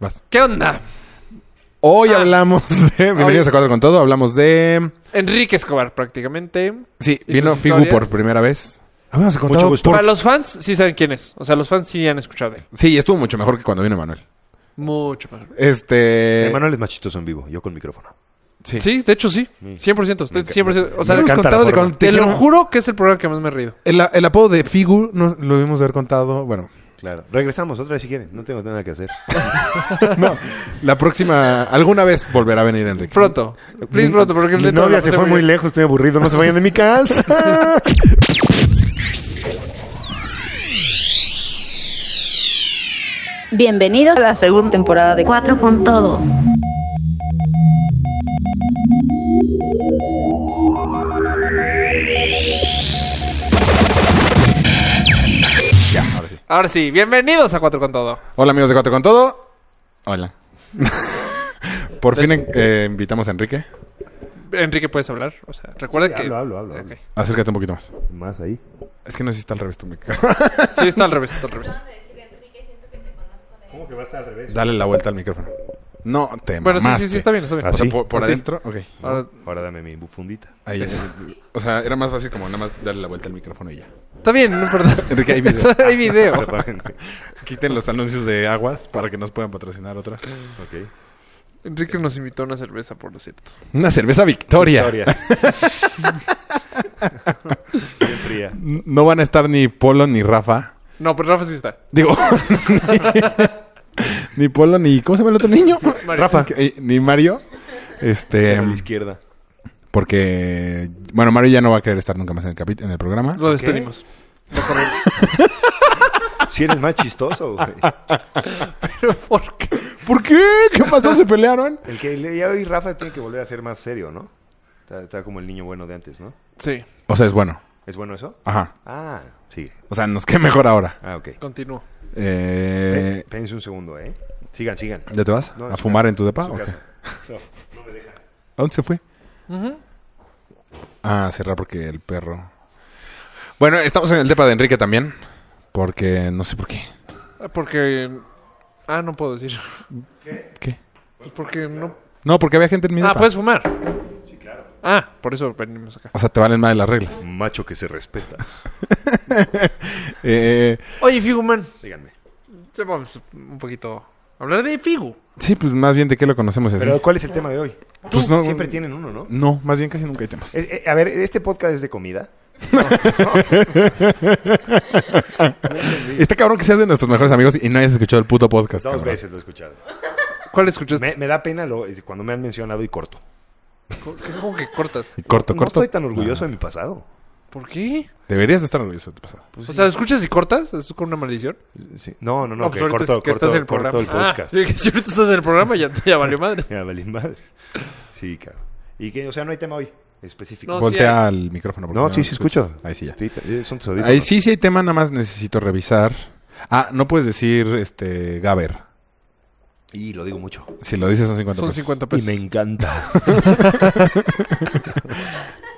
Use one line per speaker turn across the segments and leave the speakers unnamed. Vas.
¿Qué onda?
Hoy
Ah.
hablamos de. Bienvenidos a Cuadro con Todo. Hablamos de.
Enrique Escobar, prácticamente.
Sí,
¿Y
vino
sus
Figu
historias?
por primera vez. Habíamos contado
Mucho gusto.
por-
Para los fans, sí saben quién es. O sea, los fans sí han escuchado de él.
Sí, estuvo mucho mejor que cuando vino Manuel.
Mucho más.
Este.
Emanuel es más chistoso en vivo, yo con micrófono.
Sí.
Eh, Sí, de hecho sí. 100%. Usted 100%. O sea,
Me
Habíamos
encanta
contado
la
de
forma.
cuando te
te lo
dijeron-
juro que es el programa que más me he reído.
El, el apodo de Figu no, lo debimos haber contado. Bueno,
Claro. Regresamos otra vez si quieren, no tengo nada que hacer.
no. La próxima. Alguna vez volverá a venir Enrique.
Pronto. Please,
Mi-
pronto, porque
Mi novia se fue muy lejos, estoy aburrido, no se vayan de mi casa.
Bienvenidos a la segunda temporada de Cuatro con Todo.
Ahora sí, bienvenidos a Cuatro con Todo.
Hola, amigos de Cuatro con Todo. Hola. por fin eh, invitamos a Enrique.
Enrique, ¿puedes hablar? O sea, recuerda que...
hablo, hablo, hablo, hablo.
Ok.
Acércate un poquito más.
Más ahí.
Es que no sé si está al revés tu mic.
Sí, está al revés, está al revés.
¿Cómo que vas al revés?
Dale la vuelta al micrófono. No te
Bueno, sí, sí, sí,
mamaste.
está bien, está bien.
O sea,
¿Sí?
por, por
Así.
adentro. Ok.
Ahora,
Ahora dame mi bufundita.
Ahí es. O sea, era más fácil como nada más darle la vuelta al micrófono y ya.
está bien, no importa.
Enrique, hay video.
Hay video.
Perdón.
Quiten los anuncios de aguas para que nos puedan patrocinar otras.
ok.
Enrique nos invitó a una cerveza, por lo cierto.
Una cerveza Victoria.
Victoria. Bien fría.
No van a estar ni Polo ni Rafa.
No, pero Rafa sí está.
Digo, ni, ni Polo ni. ¿Cómo se llama el otro niño?
Mario.
Rafa.
Que- eh, Ni Mario.
Hacia
Este.
la izquierda.
Porque. Bueno, Mario ya no va a querer estar nunca más en el, capi- en el programa.
Lo despedimos. Lo corremos.
Si eres más chistoso, güey.
Pero ¿por qué?
¿Por qué? ¿Qué pasó? ¿Se pelearon?
El que le- ya hoy Rafa tiene que volver a ser más serio, ¿no? Está, está como el niño bueno de antes, ¿no?
Sí,
O sea, es bueno.
¿Es bueno eso?
Ajá.
Ah, sigue.
O sea, nos queda mejor ahora.
Ah, ok.
continúo.
Eh, Ah,
Pense un segundo, ¿eh? Sigan, sigan.
¿Ya te vas?
No, en
¿A
su
fumar en tu depa?
Su
¿O qué?
casa. No, no me deja.
¿A dónde se fue? Ah, cerrar porque el perro. Bueno, estamos en el depa de Enrique también. Porque no sé por qué.
Porque... Ah, no puedo decir.
¿Qué?
Pues porque no...
No, porque había gente en mi
Ah,
depa.
¿puedes fumar? Sí, claro. Ah, por eso venimos acá.
O sea, te valen más las reglas.
Macho que se respeta.
Eh,
Oye, Figuman,
Díganme.
ya vamos un poquito a hablar de Figu.
sí, pues más bien de qué lo conocemos y así.
Pero, ¿cuál es el tema de hoy?
Pues no,
Siempre tienen uno, ¿no?
No, más bien casi nunca hay temas.
Es- eh, a ver, ¿este podcast es de comida?
Está cabrón que seas de nuestros mejores amigos y no hayas escuchado el puto podcast.
Dos
cabrón. Pues
veces lo he escuchado.
¿Cuál escuchaste?
Me, me da pena lo- es cuando me han mencionado y corto.
Co- ¿Qué como que cortas?
Y corto,
No
corto. Ah.
estoy tan orgulloso de mi pasado. Pues
¿Por qué?
Deberías de estar orgulloso de tu pasado.
O sea, ¿escuchas y cortas? ¿Es con una maldición?
Sí. No, no, no, que
pues ahorita
corto,
es que
corto-
estás en el
corto
programa.
el podcast.
Ah, sí, que si ahorita estás en el programa ya, ya valió madre.
Ya, valí madre. Sí, cabrón. Y que, o sea, no hay tema hoy específico.
No,
Voltea al micrófono. porque
No,
si
sí, sí escucho.
escuchas- Ahí sí ya.
Sí, t- eh, son tus
Ahí
audífonos.
sí, sí hay tema, nada más necesito revisar. Ah, no puedes decir este Gaber.
Y lo digo mucho.
Si lo dices son 50
Son
pesos.
50
pues, Y
pesos.
me encanta.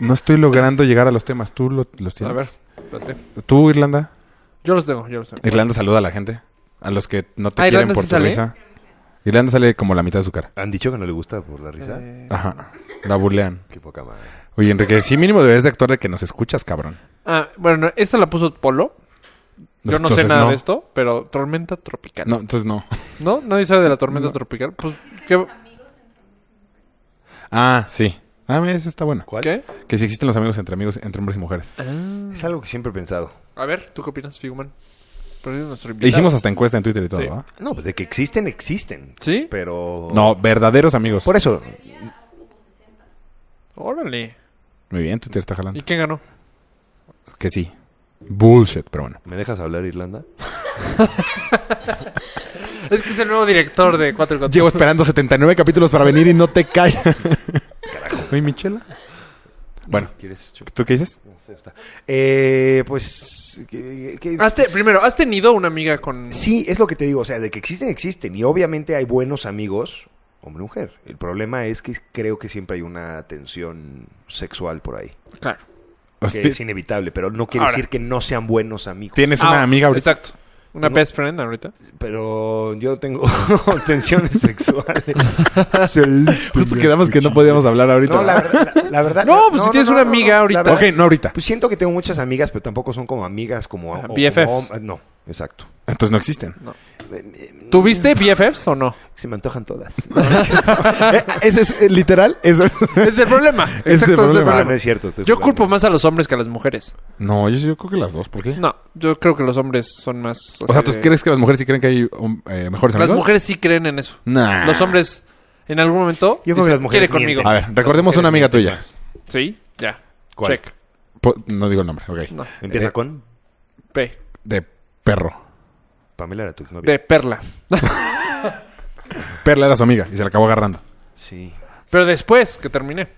No estoy logrando llegar a los temas. ¿Tú lo- los
A
tienes?
ver, espérate.
¿Tú, Irlanda?
Yo los tengo, yo los tengo.
Irlanda saluda a la gente. A los que no te
Ah,
quieren
¿Irlanda
por
sí
tu
sale?
risa. Irlanda sale como la mitad de su cara.
Han dicho que no le gusta por la risa.
Eh,
Ajá. La burlean.
Qué poca madre.
Oye, Enrique, sí mínimo deberías de actuar de que nos escuchas, cabrón.
Ah, bueno, esta la puso Polo. Yo no sé
Entonces,
nada de esto, pero tormenta tropical.
No, entonces no.
¿No? Nadie sabe de la tormenta tropical. Pues, ¿qué?
Ah, sí. Ah, mira, esa está buena.
¿Cuál?
¿Qué?
Que si existen los amigos entre amigos, entre hombres y mujeres.
Es algo que siempre he pensado.
Ah. A ver, ¿tú qué opinas, Figuman? Pero es nuestro
Le
invitado.
hicimos hasta encuesta en Twitter y todo,
Sí.
¿verdad?
No, pues de que existen, existen.
¿Sí?
Pero.
No, verdaderos amigos.
Por eso.
Órale.
Muy bien, Twitter está jalando.
¿Y quién ganó?
Que sí. Bullshit, pero bueno.
¿Me dejas hablar, Irlanda?
Es que es el nuevo director de 4 y 4.
Llevo esperando 79 capítulos para venir y no te callas. Carajo. ¿Y Michela? Bueno,
¿Quieres? chup-
¿tú qué dices?
no sé, está. Eh, pues. ¿qué- qué-
¿Has te- primero, ¿has tenido una amiga con...?
Sí, es lo que te digo. O sea, de que existen, existen. Y obviamente hay buenos amigos, hombre y mujer. El problema es que creo que siempre hay una tensión sexual por ahí.
Claro.
O sea,
Que es inevitable, pero no quiere
Ahora.
decir que no sean buenos amigos.
Tienes una
Ah,
amiga ahorita.
Exacto. Una
No.
best friend ahorita.
Pero yo tengo tensiones sexuales.
Justo quedamos que no podíamos hablar ahorita.
No, la, verdad- la- la verdad.
No, pues si tienes una amiga
la
ahorita.
verdad-
ok, no ahorita.
Pues siento que tengo muchas amigas, pero tampoco son como amigas, como.
Ah,
o-
BFFs.
como- no, exacto.
Entonces no existen.
¿Tuviste BFFs o no?
Se me antojan todas.
Eh, Ese es eh, literal. Ese es-
Es el problema. Exacto,
Ese es
es
el
el
problema.
Ah,
problema.
no es cierto. estoy
Yo
jugando.
culpo más a los hombres que a las mujeres.
No, yo, yo creo que las dos. ¿Por qué?
No, yo creo que los hombres son más...
o sea,
así
¿tú
de-
crees que las mujeres sí creen que hay um, eh, mejores
Las
amigos? Ah.
mujeres sí creen en eso.
Nah.
Los hombres en algún momento
Yo creo que
dicen,
las mujeres
quiere conmigo.
A ver, recordemos una amiga tuya.
Sí, ya.
¿Cuál?
Check.
Po- no digo el nombre, ok.
No.
Empieza
Eh,
con.
P.
De perro.
Pamela era tu novia.
De Perla.
Perla era su amiga y se la acabó agarrando.
Sí.
Pero después que terminé.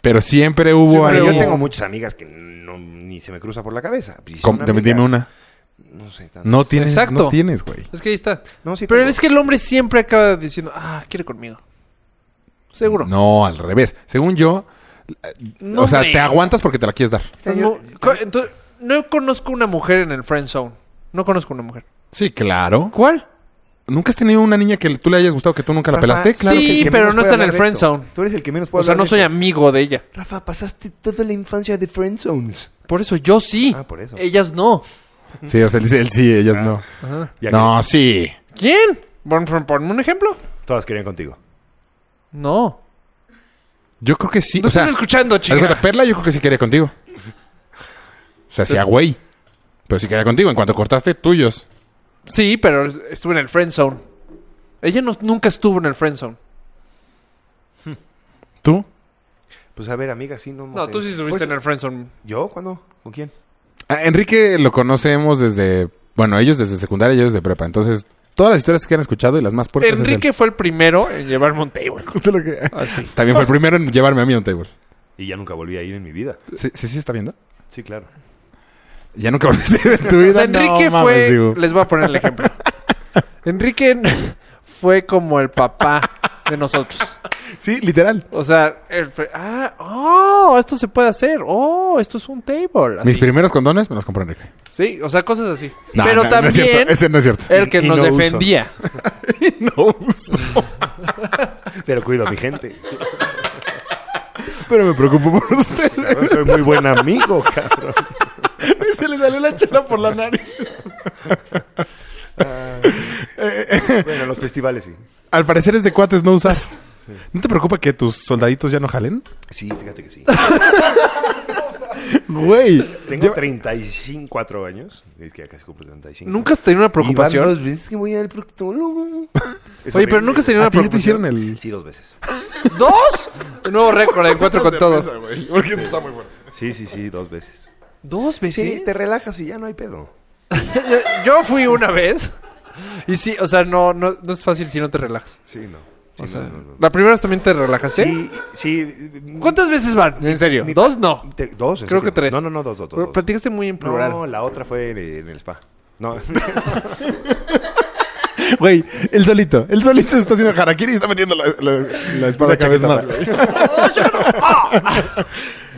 Pero siempre hubo
Siempre
ahí-
Bueno,
Pero-
yo tengo muchas amigas que no, ni se me cruza por la cabeza. Y son
Com- dime-
amigas.
Dime una.
No sé. tantas.
No tienes,
Exacto.
no tienes, güey.
Es que ahí está.
No, sí
Pero
tengo.
es que el hombre siempre acaba diciendo, ah, quiere conmigo. Seguro.
No, al revés. Según yo,
No,
o sea,
hombre.
te aguantas porque te la quieres dar.
Entonces, no, co- entonces, no conozco una mujer en el friend zone. No conozco una mujer.
Sí, claro.
¿Cuál?
¿Nunca has tenido una niña que tú le hayas gustado que tú nunca la
Rafa,
pelaste?
tú
Claro.
eres
Sí,
el que
pero
menos
no
puede
está en
hablar
el
de
friend
esto.
zone.
Tú eres el que menos puede
O sea,
hablar
no
de
soy
esto.
amigo de ella.
Rafa, pasaste toda la infancia de friend zones.
Por eso yo sí.
Ah, por eso.
Ellas no.
Sí, o sea, él, dice él sí, ellas no.
Ya
No, sí.
¿Quién? Pon- pon- Ponme un ejemplo.
que Todas querían contigo.
No.
Yo creo que sí.
No
o sea,
estás escuchando,
haz de cuenta,
chica.
Perla yo creo que sí quería contigo. O sea, sí, a güey. Pero sí quería contigo. En cuanto cortaste, tuyos.
Sí, pero estuve en el friend zone. Ella no, nunca estuvo en el friend zone.
¿Tú?
Pues a ver, amiga, sí, no.
No,
sé.
tú sí estuviste
Pues,
en el friend zone.
¿Yo? ¿Cuándo? ¿Con quién?
A Ah, Enrique lo conocemos desde... Bueno, ellos desde secundaria y ellos desde prepa. Entonces, todas las historias que han escuchado y las más puertas... es él.
Enrique fue el primero en llevar Montable. Así.
También fue el primero en llevarme a mí a un table.
Y ya nunca volví a ir en mi vida.
¿Sí, sí, sí está viendo?
Sí, claro.
Ya nunca volviste a ver en tu vida.
O sea,
No,
Enrique
mames,
fue.
digo.
Les voy a poner el ejemplo. Enrique fue como el papá de nosotros.
Sí, literal.
O sea, el fue- ah, oh, esto se puede hacer. Oh, esto es un table.
Mis
Así.
primeros condones me los compró Enrique.
Sí, o sea, cosas así.
No, no,
Pero
no es
también Eh.
cierto. Ese no es cierto.
el que
Y
nos
no uso.
defendía.
No,
Pero cuido a mi gente.
pero me preocupo por usted.
Cabrón, soy muy buen amigo, cabrón.
Se le salió la chela por la nariz.
Bueno, los festivales sí.
Al parecer es de cuates no usar. ¿No te preocupa que tus soldaditos ya no jalen?
Sí, fíjate que sí.
Güey.
Tengo
lleva-
35, 4 años. Es que ya casi cumplo 35.
¿Nunca has tenido una preocupación?
Y van dos veces que voy al proctólogo. Es
Oye, pero
horrible.
nunca has tenido
¿A
una
ti ya te
preocupación.
hicieron el...?
Sí, dos veces.
¿Dos? Nuevo récord de encuentro con todos.
Porque esto está muy fuerte.
Sí, sí, sí, dos veces.
¿Dos
Sí,
veces?
te relajas y ya no hay pedo.
Yo fui una vez. Y sí, o sea, no, no, no es fácil si no te relajas.
Sí, no.
O
Sí,
sea,
no, no, no.
la primera vez también te relajaste.
Sí, sí.
¿Cuántas veces van? En serio.
mi-
¿Dos? No.
Te- dos, en
Creo
serio.
que tres.
No, no, no, dos, dos, dos,
Pero
dos.
Platicaste muy en plural.
No, la otra fue en, en el spa. No,
Güey, el solito. El solito se está haciendo harakiri y está metiendo la, la- la espada
La
cada vez
chaqueta
más.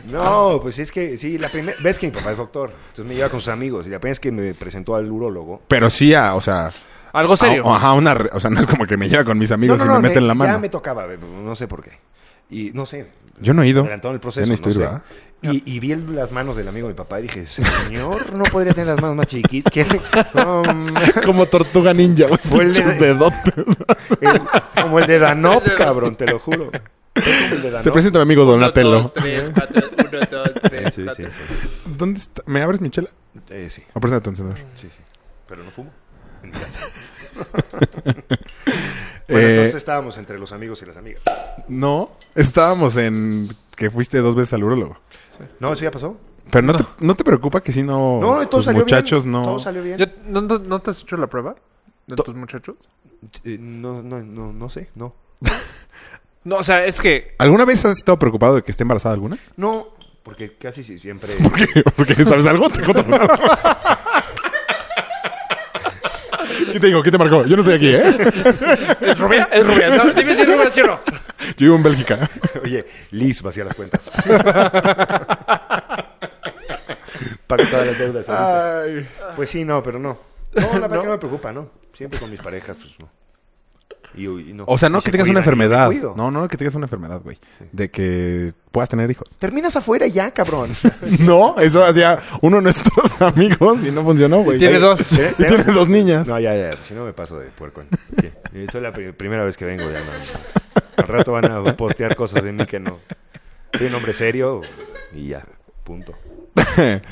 no, pues es que sí, la primera ves que mi papá es doctor, entonces me lleva con sus amigos y la primera vez que me presentó al urólogo.
Pero sí, a, o sea...
Algo serio.
a- Ah, ajá, una... re- O sea, no es como que me lleva con mis amigos
no,
y
no,
me
no,
meten la
Ya
mano.
me tocaba, no sé por qué. Y no sé.
Yo no he ido.
Adelantaron el proceso.
Ya no estoy,
no sé.
¿verdad?
y, y vi el- las manos del amigo de mi papá y dije, señor, no podría tener las manos más chiquitas. ¿Qué? No, mm,
Como tortuga ninja, güey.
Fue el-
Pinches dedotes.
el- como el de Danop, cabrón, te lo juro. Fue como el de Danop.
Te presento a mi amigo Donatello.
Sí, sí, sí.
¿Dónde está? ¿Me abres mi chela?
Eh, sí.
O preséntate un senador.
Sí, sí. Pero no fumo. En mi casa. bueno,
Eh,
entonces estábamos entre los amigos y las amigas.
No, estábamos en que fuiste dos veces al urólogo.
No, eso ya pasó.
Pero no, Te, no te preocupa que si no,
No, todo
tus
salió
muchachos
bien.
no.
Todo salió bien.
Yo- ¿no, no, no te has hecho la prueba? ¿De
To-
tus muchachos?
Eh, no, no, no, no sé, no.
No, o sea, es que...
¿Alguna vez has estado preocupado de que esté embarazada alguna?
No, porque casi sí- siempre.
¿Por qué? Porque sabes algo, te cuento. ¿Qué te digo? ¿Qué te marcó? Yo no estoy aquí, ¿eh?
¿Es rubia? ¿Es rubia? No, dime si es rubia, sí o no.
Yo vivo en Bélgica.
Oye, Liz vacía las cuentas. Pago todas las deudas. ahorita. Pues sí, no, pero no. Ah. No, la verdad
¿No?
que no me preocupa, ¿no? Siempre con mis parejas, pues no. Y, y no.
O sea, no
Y
que
se
tengas una
cuidan, y me
enfermedad.
cuido.
No, no que tengas una enfermedad, güey. De que puedas tener hijos.
Terminas afuera ya, cabrón.
No, eso hacía uno de nuestros amigos y no funcionó, güey.
Tiene dos.
Y tiene dos niñas.
No, ya, ya. Si no me paso de puerco. Eso es la pri- primera vez que vengo. Ya, no. Al rato van a postear cosas de mí que no. Soy un hombre serio y ya. Punto.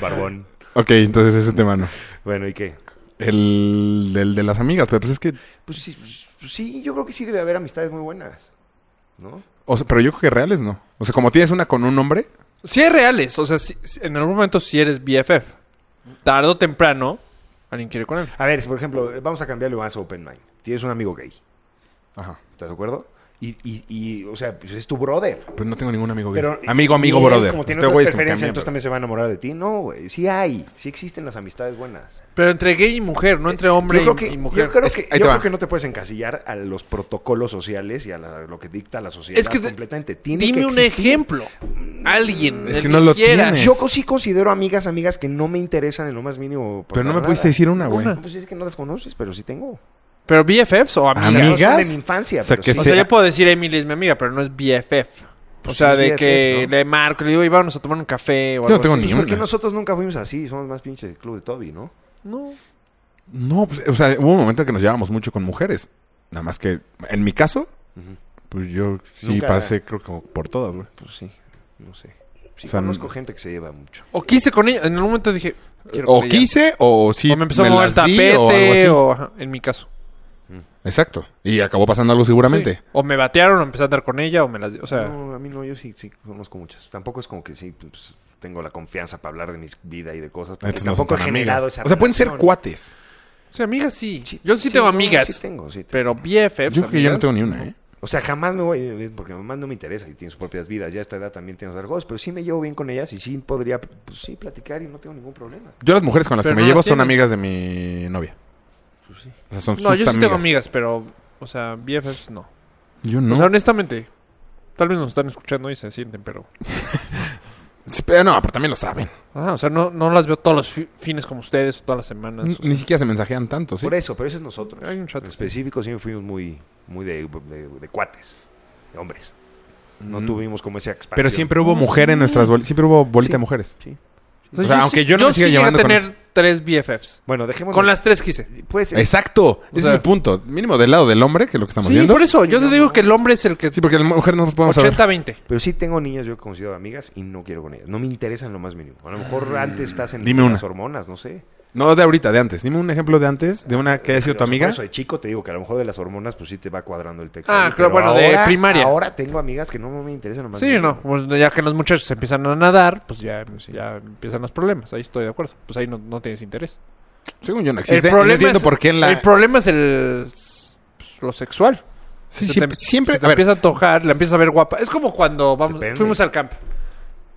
Barbón.
Ok, entonces ese tema no.
Bueno, ¿y qué?
El, el de las amigas, pero pues es que...
Pues sí, pues, pues sí, yo creo que sí debe haber amistades muy buenas. ¿No?
O sea, pero yo creo que reales no. O sea, como tienes una con un hombre,
Sí es reales. O sea, sí- sí- en algún momento sí eres BFF. Tarde o temprano, alguien quiere con él.
A ver, por ejemplo, vamos a cambiarlo más a open mind. Tienes un amigo gay.
ajá.
¿Estás de acuerdo? Y, y, y, o sea, pues es tu brother.
Pues no tengo ningún amigo gay.
Pero,
amigo, amigo,
y él,
brother.
Como tiene
Este
otras
güey es como que a
preferencias,
mí,
entonces también se va a enamorar de ti. No, güey. Sí hay. Sí existen las amistades buenas.
Pero entre gay y mujer, no entre hombre
yo creo
y-
que,
y, mujer.
Yo creo,
Es
que,
que ahí
yo
te
creo
va.
que no te puedes encasillar a los protocolos sociales y a la- lo que dicta la sociedad
Es que de-
completamente. Tiene
Dime
que
un
existir.
ejemplo. Alguien.
Es
el
que no lo
quieras.
tienes.
Yo co- sí considero amigas, amigas que no me interesan en lo más mínimo.
Pero no me pudiste decir una, güey.
Una. Pues es que no las conoces, pero sí tengo.
Pero BFFs o amigas.
¿Amigas?
O sea, no son de mi infancia,
O sea,
pero
que
sí.
O
Sí.
sea, yo puedo decir Emily es mi amiga, pero no es BFF. O
Pues
sea,
sí es
de
BFF,
que
¿no?
le marco, le digo, "Ey, vámonos a tomar un café o
Yo
algo
no tengo
así".
ni
pues, Porque
una.
nosotros nunca fuimos así, somos más pinche club de Toby, ¿no?
No.
No, pues, o sea, hubo un momento en que nos llevábamos mucho con mujeres. Nada más que, en mi caso, pues yo sí
Nunca-
pasé creo que por todas, güey.
Pues sí, no sé. Sí,
O sea,
conozco
no-
gente que se lleva mucho.
O quise con ella. En algún momento dije, quiero
O
con ella.
quise o sí
O me empezó a mover
las di,
tapete
o
o,
algo así.
ajá, en mi caso.
Exacto. Y acabó pasando algo seguramente.
Sí. O me batearon, o empecé a andar con ella, o me las... di- O sea,
No, a mí no, yo sí, sí conozco muchas. Tampoco es como que sí pues, tengo la confianza para hablar de mi vida y de cosas. Porque
Entonces no son
tampoco
tan
he generado
amigas.
esa
O sea, pueden ser
relación.
Eh,
cuates.
o sea, amigas sí. Yo sí, tengo
no,
amigas,
Sí tengo, sí tengo.
pero BFF.
Yo creo que yo no tengo ni una, ¿eh?
O sea, jamás me voy, eh, porque mamá no me interesa y tiene sus propias vidas. Ya a esta edad también tiene sus argos, pero sí me llevo bien con ellas y sí podría, pues sí, platicar y no tengo ningún problema.
Yo las mujeres con las
Pero
que
no
me llevo
las
son
tienes.
amigas de mi novia. O sea, son
No,
sus
yo sí
amigas.
tengo amigas, pero... O sea, BFFs no.
Yo no.
O sea, honestamente... Tal vez nos están escuchando y se sienten, pero...
Sí, pero no, pero también lo saben.
Ah, o sea, no, no las veo todos los fi- fines como ustedes o todas las semanas.
Ni
o sea.
ni siquiera se mensajean tanto, ¿sí?
Por eso, pero eso es nosotros.
Hay un chat,
En
sí.
específico siempre fuimos muy, muy de, de- de cuates, de hombres. No
Mm.
tuvimos como esa expansión.
Pero siempre hubo mujer en nuestras bolitas. Siempre hubo bolita de mujeres.
Sí.
O sea,
sí-
aunque yo no me siga
sí llegué
llevando
a
con
tener tres BFFs.
Bueno, dejemos.
Con las tres quise.
Pues, eh,
Exacto. Ese
sea-
es mi punto. Mínimo del lado del hombre, que es lo que estamos
Sí,
viendo.
por eso. Yo
Sí,
te
no,
digo
no.
que el hombre es el que...
Sí, porque la mujer no nos podemos saber.
80-20.
Pero sí tengo niñas yo que considero amigas y no quiero con ellas. No me interesan lo más mínimo. A lo mejor antes estás en
Ah, Dime
las
una.
hormonas, no sé.
No, de ahorita, de antes. Dime un ejemplo de antes, de una que haya sido
O
tu
sea,
amiga.
Por eso de chico te digo que a lo mejor de las hormonas pues sí te va cuadrando el texto.
Ah,
ahí,
claro, bueno, de
ahora-
primaria.
Ahora tengo amigas que no me interesan lo más
Sí,
mínimo.
no. Pues ya que los muchachos empiezan a nadar, pues ya, ya empiezan los problemas. Ahí estoy de acuerdo. Pues ahí no, no tienes interés.
Según yo no existe.
el problema
no entiendo
es,
por qué en la...
El problema es el... pues, lo sexual.
Sí,
Se
siempre...
te-
siempre-
se te
a ver,
empieza a antojar, la empiezas a ver guapa. Es como cuando vamos,
Depende.
fuimos al camp.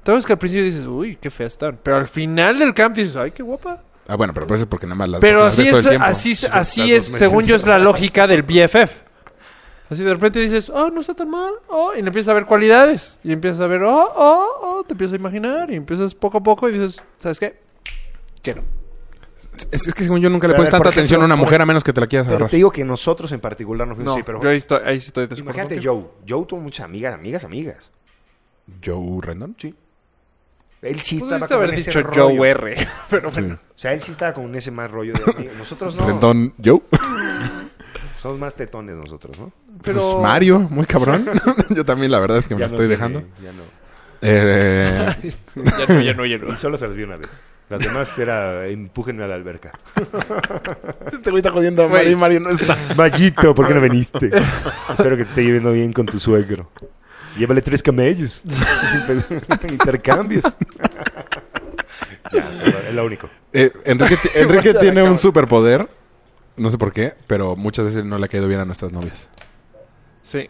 Te ves que al principio dices, uy, qué fea están. Pero al final del camp dices, ay, qué guapa.
Ah, bueno, pero por eso es porque nada más las
Pero
las
así
ves todo
es,
el tiempo.
así, es- así
Las
es,
dos meses.
según yo, es la lógica del BFF. Así de repente dices, oh, no está tan mal, oh, y le empiezas a ver cualidades. Y empiezas a ver, oh, oh, oh, te empiezas a imaginar. Y empiezas poco a poco y dices, ¿sabes qué? Quiero.
Es, es que según yo nunca le
Pero a
pones
ver,
tanta
por ejemplo,
atención a una
por-
mujer a menos que te la quieras
Pero
agarrar.
te digo que nosotros en particular no fuimos
No,
Pues sí, pero
yo ahí, estoy- ahí sí estoy de acuerdo
imagínate
contigo.
Joe. Joe tuvo muchas amigas, amigas, amigas.
¿Joe Rendon? Sí.
Él sí
Pudiste
estaba como en
Pues haber
ese
dicho
rollo.
Joe R. Pero bueno.
O sea, él sí estaba con ese más rollo de amigo. Nosotros no.
Rendón Joe.
Somos más tetones nosotros, ¿no?
Pero-
Pues Mario, muy cabrón. yo también la verdad es que me
Ya
la
no
estoy
tiene-
dejando.
Ya no.
Eh,
ya no, ya no, ya no.
Y solo se las vi una vez. Las demás era empújenme a la alberca.
este güey está jodiendo a
Güey.
Mario y Mario no está.
Vallito, ¿por qué no viniste? Espero que te esté llevando bien con tu suegro. Llévale tres camellos. Intercambios. ya, es lo único.
Eh, Enrique, ti- Enrique tiene un superpoder. No sé por qué, pero muchas veces no le ha caído bien a nuestras novias.
Sí.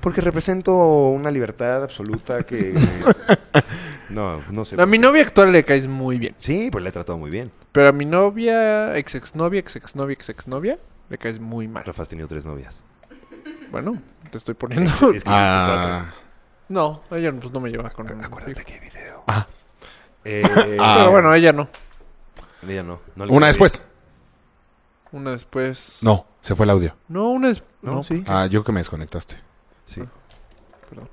Porque represento una libertad absoluta que... No, no sé.
A mi novia actual le caes muy bien.
Sí, pues la he tratado muy bien.
Pero a mi novia, ex exnovia, ex exnovia, ex exnovia, le caes muy mal.
Rafa has tenido tres novias.
Bueno, te estoy poniendo.
Es que
Ah,
No, ella pues, no me lleva con. Acuérdate que.
Eh,
Ah.
Ah. Pero bueno, ella no.
Ella no. no le
una
cae
después.
Una después.
No, se fue el audio.
No, una después.
¿No?
No,
sí.
Ah, yo creo que me desconectaste.
Sí.
perdón.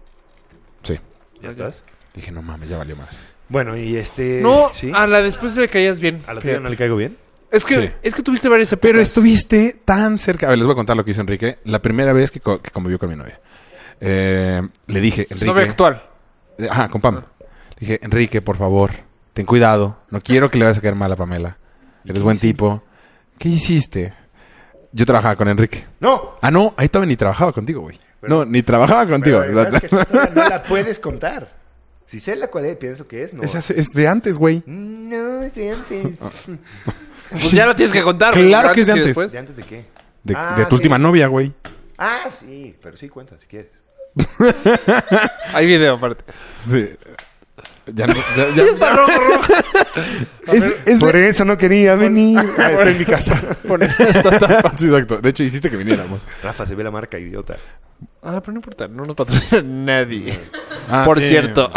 Sí.
¿Ya estás?
Dije, no mames, ya valió madre.
Bueno, y este.
No,
¿sí?
a la después le caías bien.
¿A la
fíjate.
tuya no le caigo bien?
Es que,
Sí.
es que tuviste varias épocas.
Pero estuviste tan cerca. A ver, les voy a contar lo que hizo Enrique. La primera vez que, co- que convivió con mi novia. Eh, le dije, Enrique.
Novia actual.
Eh, Ajá, con Pam. Le dije, Enrique, por favor, ten cuidado. No quiero que le vayas a caer mal a Pamela. Eres buen tipo. ¿Qué hiciste? Yo trabajaba con Enrique.
No.
Ah, no, ahí todavía ni trabajaba contigo, güey.
Pero-
no, ni trabajaba contigo.
Pero la verdad es que esa historia no la puedes contar. Si sé la cual pienso que es, no.
Esa es- Ah. es de antes, güey.
No, es de antes.
Pues ya lo tienes que contar. güey,
Claro que es de
y
antes.
después.
¿De antes de qué?
De,
Ah,
de tu
sí.
última novia, güey.
Ah, sí, pero sí cuenta si quieres.
Hay video aparte.
Sí. Ya no- ya- ya-
Está rojo, rojo.
es, es de-
eso no quería venir.
Ah,
Estoy en mi casa.
Sí, exacto. De hecho, hiciste que viniéramos.
Rafa, se ve la marca, idiota.
Ah, pero no importa, no nos patrocina nadie.
Ah,
Por
sí.
cierto.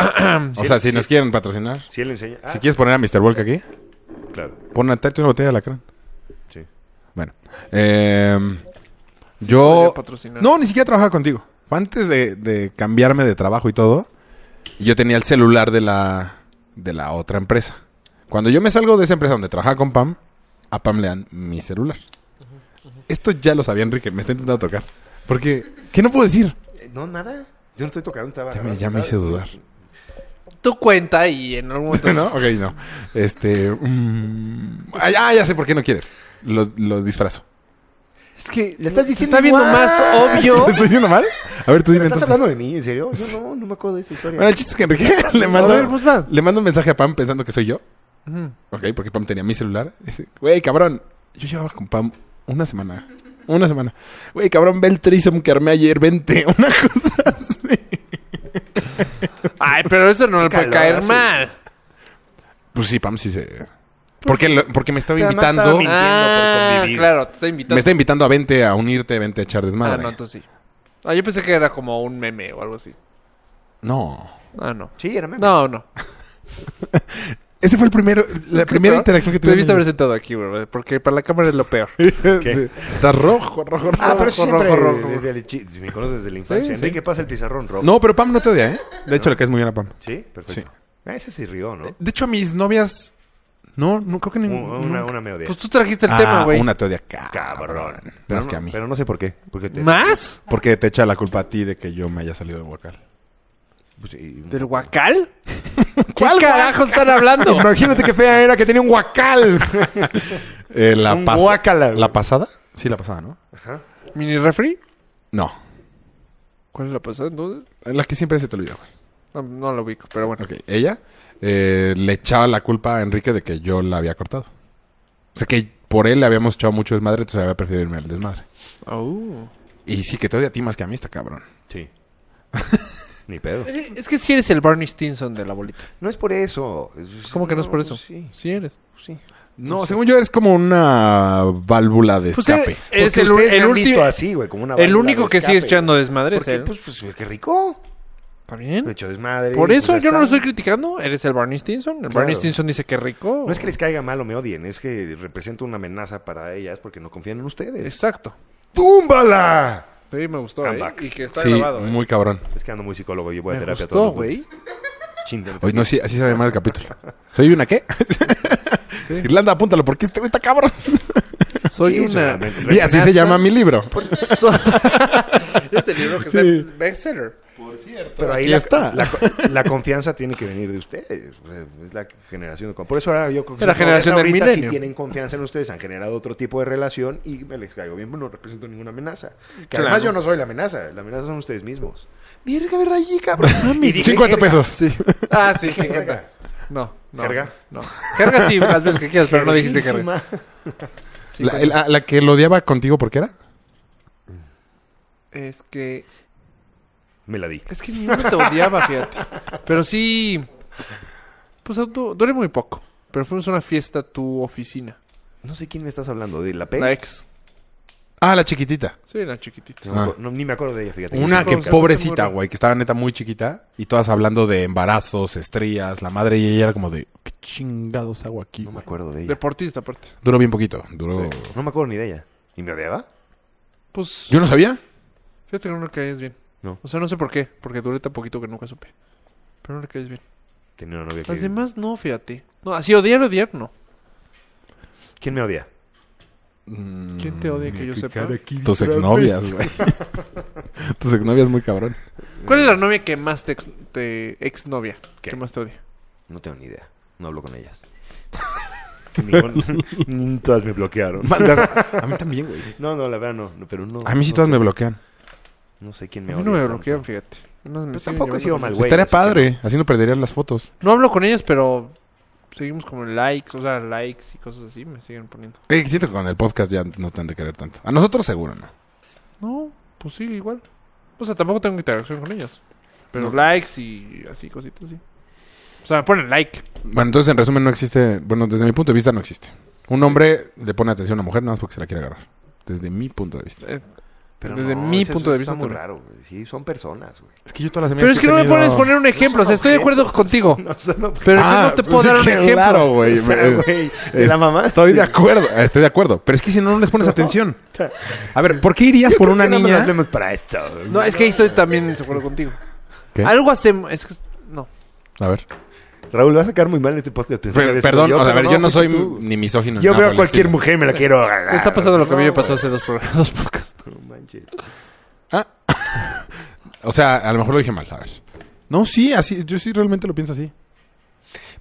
O sea, si nos quieren patrocinar.
Si él enseña. Ah,
Si quieres poner a Mr. Volk aquí,
claro.
pon a Tacho una botella de alacrán.
Sí.
Bueno. em,
podría Oh.
yo...
patrocinar.
No, ni siquiera trabajaba contigo. Fue antes de, de cambiarme de trabajo y todo. y Yo tenía el celular de la, de la otra empresa. Cuando yo me salgo de esa empresa donde trabajaba con Pam, a Pam le dan mi celular. Esto ya lo sabía Enrique, me está intentando tocar. Porque, ¿qué no puedo decir?
Eh, No, nada. Yo no estoy tocando un tabaco.
Ya me, ya me hice dudar.
Tú cuenta y en algún momento.
¿No? Ok, no. Este. mm, ah, ya- ya sé por qué no quieres. Lo, lo disfrazo.
Es que
Le estás
se
diciendo
está viendo
igual.
más obvio.
¿Lo estoy diciendo mal? A ver, tú dime
¿Estás
entonces.
hablando de mí? ¿En serio? Yo no, no me acuerdo de esa historia.
Bueno, el chiste es que Enrique le
A ver,
mandó,
pues va.
le manda un mensaje a Pam pensando que soy yo.
Ujú.
Ok, porque Pam tenía mi celular. Dice, güey, cabrón. Yo llevaba con Pam una semana. Una semana. Güey, cabrón, ve el trisom que armé ayer. Vente. Una cosa así.
Ay, pero eso no le puede
calor
caer
hace.
mal.
Pues sí, Pam sí se... Porque, lo- porque me estaba
Además,
invitando...
estaba mintiendo por
Ah,
convivir.
claro, te está invitando.
Me está invitando a vente, a unirte, vente a echar desmadre.
Ah, no, entonces sí. Ah, yo pensé que era como un meme o algo así.
No.
Ah, no.
Sí, era meme.
No, no.
Ese fue el primero, la primera
Pero
interacción que
Te
tuve.
debiste haber sentado aquí, bro. Porque para la cámara es lo peor.
Sí. Está rojo, rojo, rojo.
Ah,
Rojo,
pero siempre
rojo, rojo.
desde el chi- si me conoces desde la infancia.
sí.
Enrique pasa el pizarrón rojo.
No, pero Pam no te odia, ¿eh? De hecho, le caes muy bien a Pam.
Sí, perfecto. Ah, ese sí rió, ¿no?
De hecho, a mis novias... No, no creo que
Un-
ninguna.
Una, una me odia.
Mm. Pues tú trajiste el
Ah,
tema, güey.
una te odia
Cabrón.
cabrón.
Pero
Más
no-
que a mí.
Pero no sé por qué. Porque te-
¿Más?
Porque te echa la culpa a ti de que yo me haya salido de vocal.
pues, y-
¿Del guacal? ¿Qué
¿Cuál
carajo están hablando?
Imagínate qué fea era que tenía un guacal.
Eh, la,
Un
pas-
guácala, güey.
¿La pasada? Sí, la pasada, ¿no?
¿Mini refri?
No.
¿Cuál es la pasada entonces?
La que siempre se te olvida, güey.
No, no lo ubico, pero bueno.
Ok, ella eh, le echaba la culpa a Enrique de que yo la había cortado. O sea que por él le habíamos echado mucho desmadre, entonces había preferido irme al desmadre.
Oh.
Au.
Y sí, que te odia a ti más que a mí, está cabrón.
Sí. Ni pedo.
Eres- Eh, Es que si eres el Barney Stinson de la bolita.
No es por eso. Es-
¿Cómo que no es por
pues
eso?
Sí,
Sí eres.
sí.
No, según yo eres como una válvula de
Pues
escape.
eres, eres
Porque
el,
ustedes me
el
han visto
último.
así, güey, como una
El
válvula
único
de
que sigue
escape,
echando
güey.
desmadre es
Porque,
él.
Pues, pues, qué rico.
¿Está bien?
He hecho desmadre.
Por
pues,
eso
ya
yo no lo
está.
estoy criticando. Eres el Barney Stinson. El Barney Stinson dice que rico.
No es que les caiga mal o me odien, es que represento una amenaza para ellas porque no confían en ustedes.
Exacto.
¡Túmbala!
Pero y me gustó,
I'm
¿eh?
back.
Y que está
sí,
grabado. ¿eh?
muy cabrón.
Es que ando muy psicólogo, llevo a
Me
terapia
gustó,
todos los
güey.
lunes. Chingale.
Oye, no, sí, así se va a llamar el capítulo. ¿Soy una qué? Irlanda, apúntalo, porque este güey está cabrón.
Soy
Sí,
una...
seguramente.
Y así se llama mi libro.
So- este libro que
Sí.
está bestseller.
Pero ahí
Aquí
la,
está.
La, la confianza tiene que venir de ustedes. O sea, Es la generación de con- Por eso ahora yo creo que
La
sus
generación
novias
del
ahorita
milenio.
sí tienen confianza en ustedes, han generado otro tipo de relación y me les caigo bien, no represento ninguna amenaza. Que
Claro.
además yo no soy la amenaza, la amenaza son ustedes mismos. Verga, verga, allí, cabrón. Y dije,
50
"Verga".
pesos.
Ah, sí, sí.
Verga.
No, no.
¿Jerga?
No. Jerga sí, las veces que quieras, pero no dijiste jerga.
Verguísima.
La, ah, la- la que lo odiaba contigo, ¿por qué era?
Es que...
Me la di.
Es que ni uno te odiaba, fíjate. Pero sí... Pues auto- duré muy poco. Pero fuimos a una fiesta a tu oficina.
No sé quién me estás hablando, de la P.
La ex.
Ah, la chiquitita.
Sí, la chiquitita.
No me
Ah.
acuerdo- no, ni me acuerdo de ella, fíjate.
Una
sí,
que
sí, sí,
pobrecita,
seguro.
güey, que estaba neta muy chiquita y todas hablando de embarazos, estrías, la madre y ella era como de, ¿qué chingados hago aquí?
No me
güey?
acuerdo de ella.
Deportista, aparte.
Duró bien poquito. Duró.
Sí. No me acuerdo ni de ella. ¿Y me odiaba?
Pues,
Yo no sabía.
fíjate que no le caes bien.
No.
O sea, no sé por qué. Porque duré tan poquito que nunca supe. Pero no le caes bien.
Tenía una novia
Las
que...
demás no, fíjate. No, así odiar, odiar, no.
¿Quién me odia?
¿Quién te odia que
Mm,
yo sepa?
Mm, Tus exnovias, güey. Tus exnovias muy cabrón.
¿Cuál es la novia que más te ex, te- exnovia?
¿Qué?
Que más te odia.
No tengo ni idea. No hablo con ellas. Ningún- ni todas me bloquearon.
A mí también, güey.
No, no, la verdad no. no, pero no
A mí sí
no
todas
sé,
me bloquean.
No sé quién
A
me
mí
odia.
no me
tanto.
bloquean, fíjate. Unas me
Pues
siguen
tampoco
llevando
he sido
con
mal
ellas.
Güey,
Estaría
así que no.
padre. Así no perderías las fotos.
No hablo con ellas, pero seguimos como en likes, o sea, likes y cosas así me siguen poniendo.
Eh, siento que con el podcast ya no te han de querer tanto. A nosotros seguro no.
No, pues sí, igual. O sea, tampoco tengo interacción con ellas. Pero likes y así, cositas así. O sea, me ponen like.
Bueno, entonces en resumen no existe... Bueno, desde mi punto de vista no existe. Un hombre le pone atención a una mujer nada más porque se la quiere agarrar. Desde mi punto de vista.
eh,
Pero
desde
no,
mi
eso-
punto de
eso
vista.
Está muy
también.
raro, güey. Sí, son personas, güey.
Es que yo todas las
Pero es que no me pones poner un ejemplo, o sea, estoy de acuerdo contigo.
No son objetos.
Pero
Ah,
yo no te puedo dar un ejemplo.
Claro, güey.
O sea,
Me- eh,
güey, ¿de la mamá?
Estoy de acuerdo, eh, estoy de acuerdo. Pero es que si no, no les pones atención. A ver, ¿por qué irías por una
¿Por qué No nos
niña?
hablemos para esto.
No, es que ahí estoy también de acuerdo contigo.
¿Qué?
Algo hacemos, es que no.
A ver,
Raúl, vas a quedar muy mal en este podcast. pensando que
per-
eres
perdón,
tú.
o sea, a ver,
pero
yo no soy
fui tú.
ni misógino. ni
Yo
nada por
veo a
el
cualquier
estilo.
mujer y me la quiero agarrar.
Me está pasando lo que a mí me
No,
pasó hace dos, programas, dos podcasts.
güey, no manches.
Ah. O sea, a lo mejor lo dije mal, a ver. No, sí, así, yo sí realmente lo pienso así.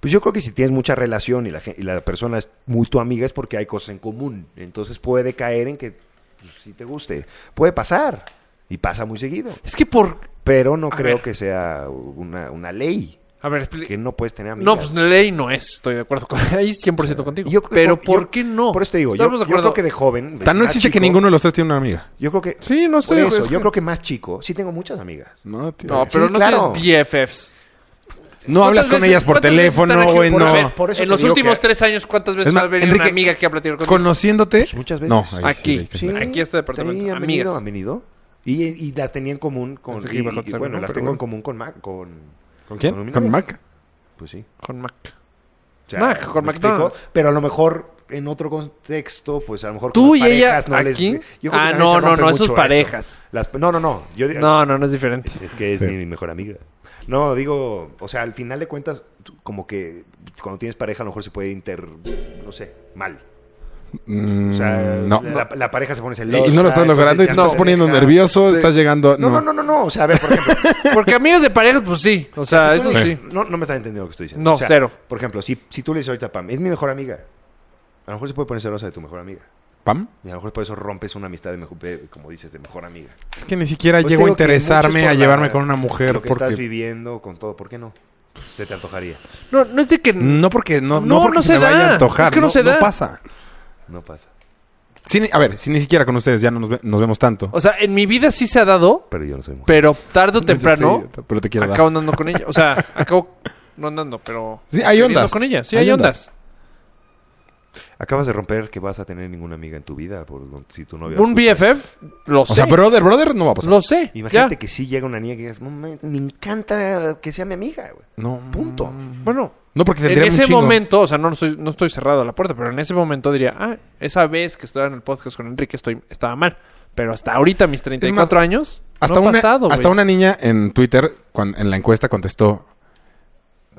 Pues yo creo que si tienes mucha relación y la, gen- y la persona es muy tu amiga es porque hay cosas en común. Entonces puede caer en que pues, si te guste. Puede pasar. Y pasa muy seguido.
Es que por...
Pero no creo
ver.
que sea una, una ley.
A ver, expli-
Que no puedes tener amigas.
No, pues ley no es, estoy de acuerdo con ahí 100% contigo.
Yo creo-
pero
yo-
¿por qué no?
Por eso te digo, yo,
Estamos de
yo
acuerdo.
creo que de joven. de
Tan ah, no
más
existe que
chico,
ninguno de los tres tiene una amiga.
Yo creo que.
Sí, no
por
estoy de
eso,
acuerdo.
yo creo que más chico. Sí tengo muchas amigas.
No, tío.
No,
no,
pero
Sí,
no
claro.
tienes BFFs.
hablas
¿Cuántas
con
veces-
ellas por
cuántas veces están
teléfono,
aquí?
güey,
Por- a ver,
no.
por eso
en
te
los
digo
últimos
que-
tres años, ¿cuántas veces
Es más,
ha venido
Enrique,
una amiga que ha platicado contigo?
Conociéndote.
Pues muchas veces.
No, ahí sí,
Aquí.
hay que
Sí,
esperar.
Aquí este departamento,
sí, han
amigas.
venido, han venido. Y, y las tenía en común con.
Pensé que
Y,
iba a
y
contestar
bueno,
uno,
las
pero
tengo
bueno.
en común con Mac. ¿Con,
¿Con
con
quién?
mi
¿Con
novia.
Mac?
Pues sí.
Con Mac.
O sea,
Mac, con
¿me explico?
McDonald's.
Pero a lo mejor en otro contexto, pues a lo mejor. con
Tú
las
y ella
parejas no les-
aquí.
Yo creo que
ah,
también
no, no,
se rompe
no,
mucho
eso es parejas.
Las- no, no, no. Yo,
No, no, no es diferente.
Es que es
Sí.
mi mejor amiga. No, digo, o sea, al final de cuentas, tú- como que cuando tienes pareja a lo mejor se puede inter, no sé, mal.
Mm,
O sea,
no.
la, la pareja se pone
Y,
celosa.
y no lo estás
entonces
logrando y te
ya
estás
no
poniendo
deja.
nervioso,
Sí.
estás llegando...
No, no, no, no, no. O sea, a ver, por ejemplo.
Porque amigos de parejas, pues sí. O sea,
si tú
eso
le-
sí.
No, no me estás entendiendo lo que estoy diciendo.
No,
O sea,
cero.
Por ejemplo, si, si tú le dices ahorita a Pam, es mi mejor amiga. A lo mejor se puede poner celosa de tu mejor amiga.
¿Pam?
Y a lo mejor por eso rompes una amistad, de mejor- de- como dices, de mejor amiga.
Es que ni siquiera
Pues
llego a
te digo que mucho es
interesarme
por
a
la-
llevarme con una mujer
Lo que
porque
estás viviendo, con todo, ¿por qué no? Pues, Se te antojaría.
No, no es de que...
no porque no no,
No,
porque
no
se,
se
me vaya
da.
a antojar,
Es que no se da.
pasa.
No pasa.
Si ni- a ver, si ni siquiera con ustedes ya no nos, ve- nos vemos tanto.
O sea, en mi vida sí se ha dado,
Pero yo no soy mujer.
pero tarde o temprano...
Sí, pero te quiero dar.
acabo andando con ella. O sea, acabo no andando, pero.
Sí, hay
saliendo
ondas.
con ella. Sí,
Hay
hay, ondas.
Acabas de romper que vas a tener ninguna amiga en tu vida por si tu novia.
Un
escucha.
BFF, lo sé.
O sea, brother, brother no va a pasar.
lo sé.
Imagínate
ya.
que sí llega una niña que digas, "No, me, me encanta que sea mi amiga, güey.
No.
Punto.
Mm.
Bueno,
No porque
en
tendría
ese momento, o sea, no, estoy, no estoy cerrado a la puerta, pero en ese momento diría, ah, esa vez que estaba en el podcast con Enrique estoy, estaba mal. Pero hasta ahorita, mis 34 años,
hasta
no ha
una
pasado.
hasta
güey.
una niña en Twitter cuan- en la encuesta contestó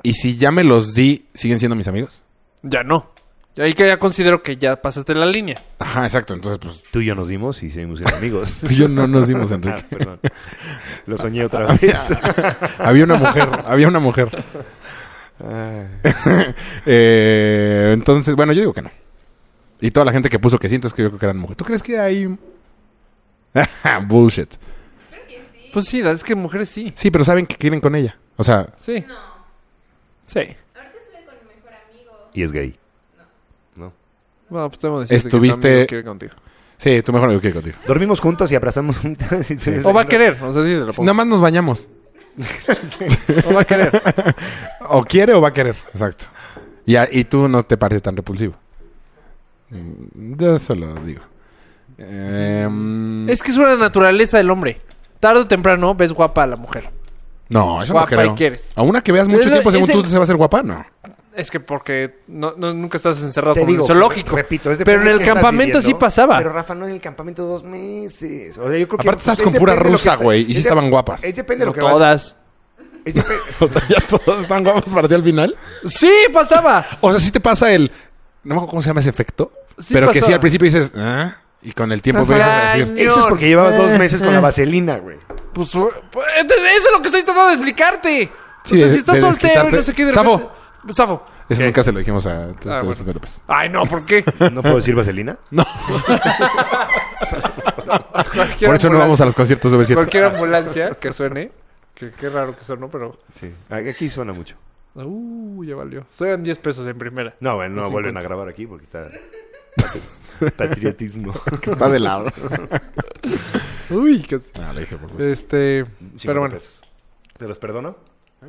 ¿Y si ya me los di, siguen siendo mis amigos?
Ya no. Y Ahí que ya considero que ya pasaste la línea.
Ajá, exacto. Entonces, pues
Tú y yo nos dimos y seguimos siendo amigos.
tú y yo no nos dimos,
Ah,
Enrique.
perdón. Lo soñé otra vez.
había una mujer, había una mujer. Eh, entonces, bueno, yo digo que no. Y toda la gente que puso que sí, entonces que yo creo que eran mujeres. ¿Tú crees que hay...? Bullshit.
Pues sí, la- es que mujeres sí.
Sí, pero saben que quieren con ella. O sea,
Sí.
No.
Sí.
Ahorita estuve con mi mejor amigo.
y es gay. No.
Bueno, pues tengo que decirte
Estuviste-
que también lo quiere contigo.
sí, tú mejor amigo quiere contigo.
Dormimos juntos y abrazamos juntas.
O va a querer, o sea, sí, te lo pongo.
Nada más nos bañamos.
O va a querer.
O quiere o va a querer. Exacto. Y, a- y tú no te pareces tan repulsivo. Mm, Yo se lo digo. Em,
Es que es una naturaleza del hombre. Tarde o temprano ves guapa a la mujer.
no, eso
guapa y
no creo.
quieres.
A una que veas mucho
Pero
tiempo,
es
según tú,
el-
se va a hacer guapa, no.
Es que porque no, no- nunca estás encerrado
Te
como
digo,
en un zoológico.
Repito, es depende
pero en
de
el
qué estás
campamento sí
viviendo.
pasaba.
Pero Rafa, no en el campamento dos meses. O sea, yo creo que. pues,
Aparte estás
es
con pura
depende de lo que
rusa,
está-
güey, y sí
es de-
estaban guapas.
Es depende de lo
No
que vas-
todas.
es depe-
O sea, ya todos están guapos para ti al final.
Sí, pasaba.
O sea, sí te pasa el. No me acuerdo cómo se llama ese efecto.
Sí
pero que
pasaba.
sí al principio dices. "Ah", Y con el tiempo empiezas a decir.
Ay,
Eso es porque llevabas dos meses con la vaselina, güey.
Pues, uh, pues, entonces, eso es lo que estoy tratando de explicarte.
Sí,
o sea,
de-
si estás
de
soltero y
desquitarte.
no sé qué de
Safo.
repente- Safo.
Eso
¿Qué?
nunca se lo dijimos a
Ah, bueno.
350 pesos.
Ay, no, ¿por qué?
¿No puedo decir vaselina?
Por eso no vamos a los conciertos de
decir.
B7.
Cualquier ambulancia que suene. Que, qué raro que suene, pero.
Sí. Aquí suena mucho.
Uh, ya valió. Suenan 10 pesos en primera.
No, bueno, no
Sí,
vuelven a
cuenta.
grabar aquí porque está. Patriotismo.
Está de lado.
Uy, qué.
No, Ah, lo dije por gusto.
Este.
50
Pero bueno.
pesos. ¿Te los perdono? ¿Eh?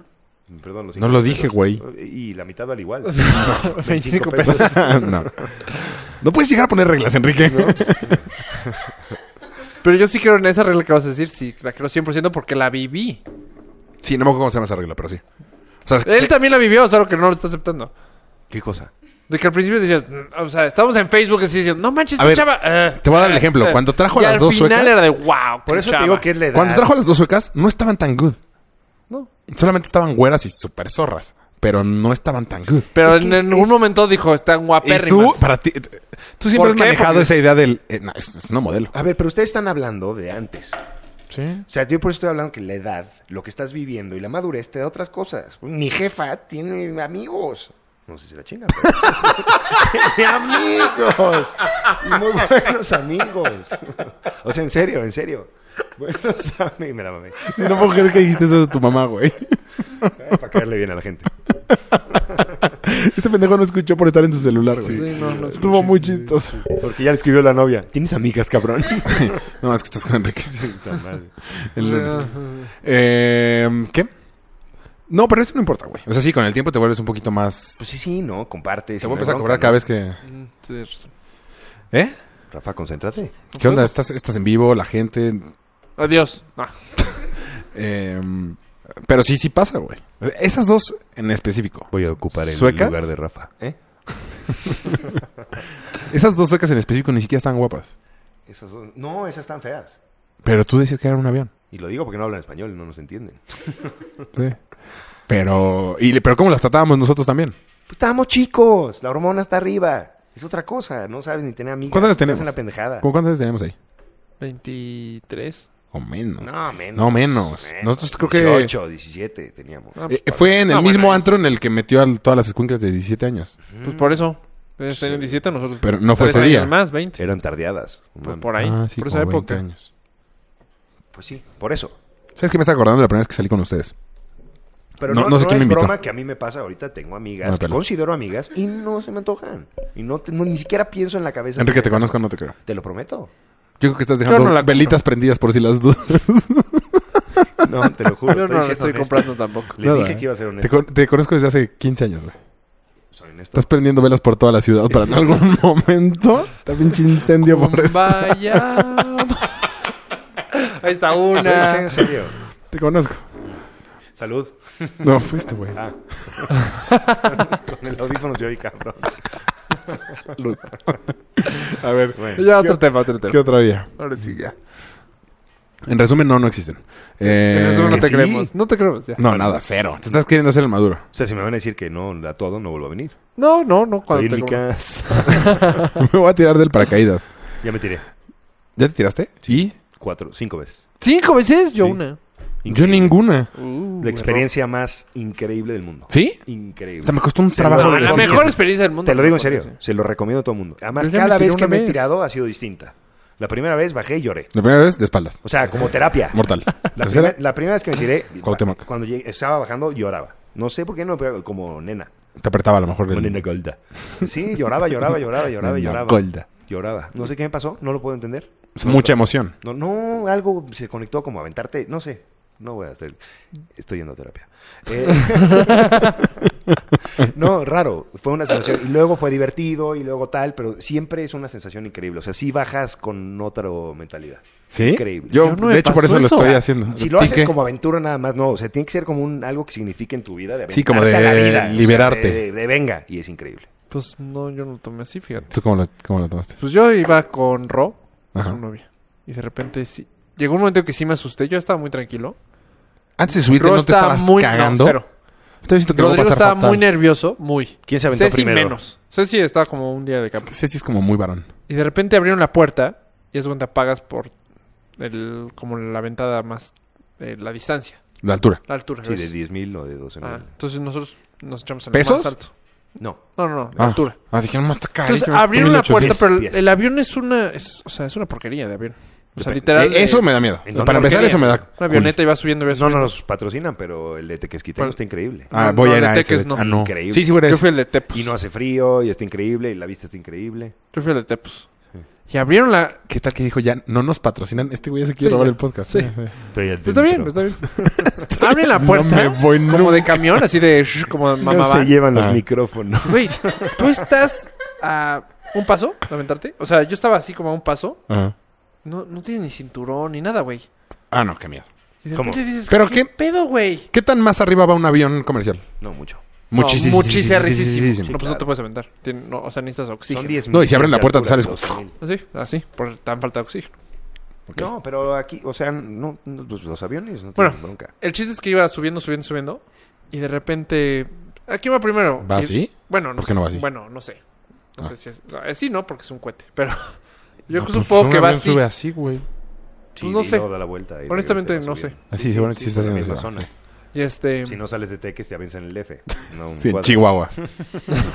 Perdón, los
No
50
lo dije,
pesos.
güey.
Y la mitad al igual.
25
25 pesos.
no. No puedes llegar a poner reglas, Enrique.
Pero yo sí creo en esa regla que vas a decir. Sí, la creo 100% porque la viví.
Sí, no me acuerdo cómo se llama esa regla, pero sí. O sea, es que-
Él también la vivió, solo que no lo está aceptando.
¿Qué cosa?
De que al principio decías, mm, o sea, estábamos en Facebook y así diciendo, no manches,
A
esta
ver,
chava. eh,
te voy a dar el
eh,
ejemplo.
eh".
Cuando trajo a
Y
las dos
Al final
suecas-
era de wow.
Por
qué
eso
chava".
te digo que es la edad.
cuando trajo a las dos suecas, no estaban tan good.
No.
Solamente estaban güeras y súper zorras. Pero no estaban tan good.
Pero
Es que
en
es-
ningún
es-
momento dijo, están
Y
guapérrimas.
tú, para ti, tú siempre has
qué?
manejado
Porque-
esa idea del. eh, no, es, es una modelo.
A ver, pero ustedes están hablando de antes.
Sí.
O sea, yo por eso estoy hablando que la edad, lo que estás viviendo y la madurez te da otras cosas. Mi jefa tiene amigos. No sé si la chinga. pero- tiene amigos. Y muy buenos amigos. o sea, en serio, en serio. Buenos amigos. Me la mamé.
no puedo creer que dijiste eso de tu mamá, güey.
Ay, Para caerle bien a la gente.
Este pendejo no escuchó por estar en su celular, güey.
Sí, no, no
Estuvo muy chistoso.
Porque ya le escribió la novia. ¿Tienes amigas, cabrón?
no, es que estás con Enrique.
Puta madre.
El lunes. Eh, ¿Qué? No, pero eso no importa, güey. O sea, sí, con el tiempo te vuelves un poquito más.
Pues sí, sí, ¿no? Comparte.
te voy a empezar a cobrar cada vez que. ¿Eh?
Rafa, concéntrate.
¿Qué onda? ¿Estás, estás en vivo? La gente.
Adiós. Ah,
eh, pero sí, sí pasa, güey. Esas dos en específico.
Voy a ocupar
el
el
¿Suecas? lugar
lugar
de
de Rafa. ¿Eh?
Esas dos suecas en específico ni siquiera están guapas.
Esas son- No, esas están feas.
Pero tú decías que era un avión.
Y lo digo porque no hablan español, no nos entienden.
Sí. Pero. Y, le- pero ¿cómo las tratábamos nosotros también?
Pues estábamos chicos, la hormona está arriba. Es otra cosa, no sabes ni tener amigas.
¿Cuántas años
Estás
tenemos?
en la pendejada.
¿Cómo cuántas veces teníamos ahí?
23.
O menos.
No, menos.
No, menos. Nosotros creo que-
18, 17 teníamos.
Ah,
Eh, fue en el
Ah, bueno,
mismo
ahí
antro en el que metió a todas las escuincas de 17 años.
Pues por eso. Ellos tenían 17, nosotros.
Mm. Pero no fue
tres
ese
años
día.
más, 20.
Eran tardeadas.
Pues por ahí.
Ah, sí,
por
como
esa
20
época.
años.
Pues sí, por eso.
¿Sabes qué me está acordando de la primera vez que salí con ustedes?
Pero
No-
no,
no sé
no
quién me
es
invitó.
broma que a mí me pasa. Ahorita tengo amigas,
No me
que
pela.
considero amigas, y no se me antojan. Y no, te- no- ni siquiera pienso en la cabeza. de
Enrique, te
tenerlas.
conozco, no te creo.
Te lo prometo.
Yo creo que estás dejando
no la compro.
velitas prendidas por si las dudas.
No, te lo juro.
Yo no la
siendo
estoy
honesto.
comprando tampoco.
Les dije que iba a ser
Te,
honesto.
con- te conozco desde hace 15 años, güey.
Soy honesto.
Estás prendiendo velas por toda la ciudad para en algún momento. Está pinche incendio por eso.
Vaya. Ahí está
No, sí,
una.
en serio.
Te conozco.
Salud.
No, fuiste, güey.
Ah. Con el audífono se oí, cabrón.
Salud. A ver,
Bueno.
Ya otro tema, otro tema.
¿qué otro día?
Ahora sí, ya.
En resumen, no, no existen. Eh,
En eso no
que
te
sí.
creemos. No te creemos, ya.
No, nada, cero. Te estás queriendo hacer el maduro.
O sea, si me van a decir que no a todo, no vuelvo a venir.
No, no, no. Cuando
Estoy
te
en mi
comas.
casa.
Me voy a tirar del paracaídas.
ya me tiré.
¿Ya te tiraste? Sí.
Cuatro, cinco veces.
Cinco veces, yo
Sí.
una.
Yo ninguna.
Uh,
La experiencia más increíble del mundo.
¿Sí?
Increíble.
Hasta me costó un
Se
trabajo.
lo-
No,
de
la
decir.
mejor experiencia del mundo.
Ah, Te lo digo en
Me
serio.
parece.
Se lo recomiendo a todo el mundo. Además,
Yo ya
cada
me tiré
vez que
una
me he
vez.
tirado ha sido distinta. La primera vez bajé y lloré.
La primera vez, de espaldas.
O sea, como terapia.
Mortal.
La,
tercera,
primer- la primera vez que me tiré,
Cuauhtémoc.
cuando llegué- estaba bajando, lloraba. No sé por qué no, pero como nena.
te apretaba a lo mejor.
Como
del-
nena golda. Sí, lloraba, lloraba, lloraba, lloraba,
Nena
lloraba.
golda.
Lloraba. No sé qué me pasó, no lo puedo entender.
Es mucha emoción.
No, no, algo se conectó como aventarte, no sé. No voy a hacer. Estoy yendo a terapia. Eh, no, raro. Fue una sensación. Y luego fue divertido y luego tal, pero siempre es una sensación increíble. O sea, sí bajas con otra mentalidad.
¿Sí?
Increíble.
Yo,
Yo no me
de hecho, por
pasó
eso,
eso.
lo estoy
Ah,
haciendo.
Si lo haces
Tique.
como aventura nada más, no. O sea, tiene que ser como un, algo que signifique en tu vida. De
Sí, como
aventarte a
de
la vida, o sea,
liberarte.
de- de- de venga. Y es increíble.
Pues no, yo no lo tomé así, fíjate.
¿Tú cómo lo, cómo lo tomaste?
Pues yo iba con Ro,
Ajá.
su novia. Y de repente sí. Llegó un momento que sí me asusté. Yo estaba muy tranquilo.
Antes de subirte,
Ro
¿no te
estaba
estabas
muy. no,
cagando?
cero.
Estoy diciendo que
Rodrigo
lo va a pasar
estaba
fatal.
muy nervioso, muy.
¿Quién se aventó
Ceci
primero?
menos. Ceci estaba como un día de campo.
Ceci es como muy varón.
Y de repente abrieron la puerta y es donde apagas por el, como la ventada más, eh, la distancia,
La altura.
la altura.
Sí, de
¿ves?
10 mil o de 12 mil.
Pues Ah, entonces nosotros nos echamos en
¿Pesos?
el más alto.
No.
No, no, no, la
Ah.
altura.
Ah, dije, no me está cagando.
Entonces abrieron la
1800
puerta, pero el,
pies.
el avión es una, es, o sea, es una porquería de avión. O sea,
Depende.
literal.
Eh, eso
eh,
me da miedo.
¿En dónde
Para empezar,
porquería.
eso me da.
Una avioneta y va subiendo y va
No
subiendo.
nos patrocinan, pero el de Tequesquitengo
Pero-
está increíble.
culis. Ah,
No,
voy
no,
a ir
de
a ese.
Teques
de-
no.
Ah, no.
Increíble.
Sí, sí, voy a ir a
Yo
ese.
fui el de Tepos.
Y no hace frío, y está increíble, y la vista está increíble.
Yo fui el de Tepos. Y abrieron la...
¿Qué tal que dijo ya? No nos patrocinan. Este güey ya se quiere
Sí,
robar
ya.
el podcast.
Sí. Pues está bien, pues está bien. Abren la puerta.
me voy
como de camión, así de... shh, Como mamá
No se
van.
llevan
Ah.
los micrófonos.
Güey, tú estás a un paso de aventarte. O sea, yo estaba así como a un paso.
Ajá.
No, no tienes ni cinturón ni nada, güey.
Ah, no, qué miedo.
Y de
¿Cómo?
repente dices,
¿Pero
¿qué,
qué?
pedo, güey?
¿Qué tan más arriba va un avión comercial?
No, mucho.
Muchísimo.
No, muchísimo. No, pues no
claro.
te puedes aventar. Tien- no, o sea, necesitas oxígeno. Ah,
Son 10
No, y si abren
mil
la puerta,
de
te sales-
altura, 12,000.
Así, así, por tan falta de oxígeno.
No, pero aquí, o sea, no, no, los, los aviones no
Bueno.
tienen bronca.
El chiste es que iba subiendo, subiendo, subiendo. Y de repente... ¿A quién va primero?
¿Va
Y-
así?
Bueno, no
¿Por qué
sé.
no va así?
Bueno, no sé. No
Ah.
sé si es... eh, Sí, no, porque es un cohete. Pero yo
No, pues
supongo
un
que va
avión
así.
sube así, güey.
Sí,
pues no
y
sé.
luego da la vuelta y
Honestamente,
regresa,
no
va
sé.
subiendo.
Así, seguramente sí estás
por la
en
misma
esa
zona.
Y este...
Si no sales de Teques, te avanzan el DF. No, un
Sí, en
cuadro.
Chihuahua.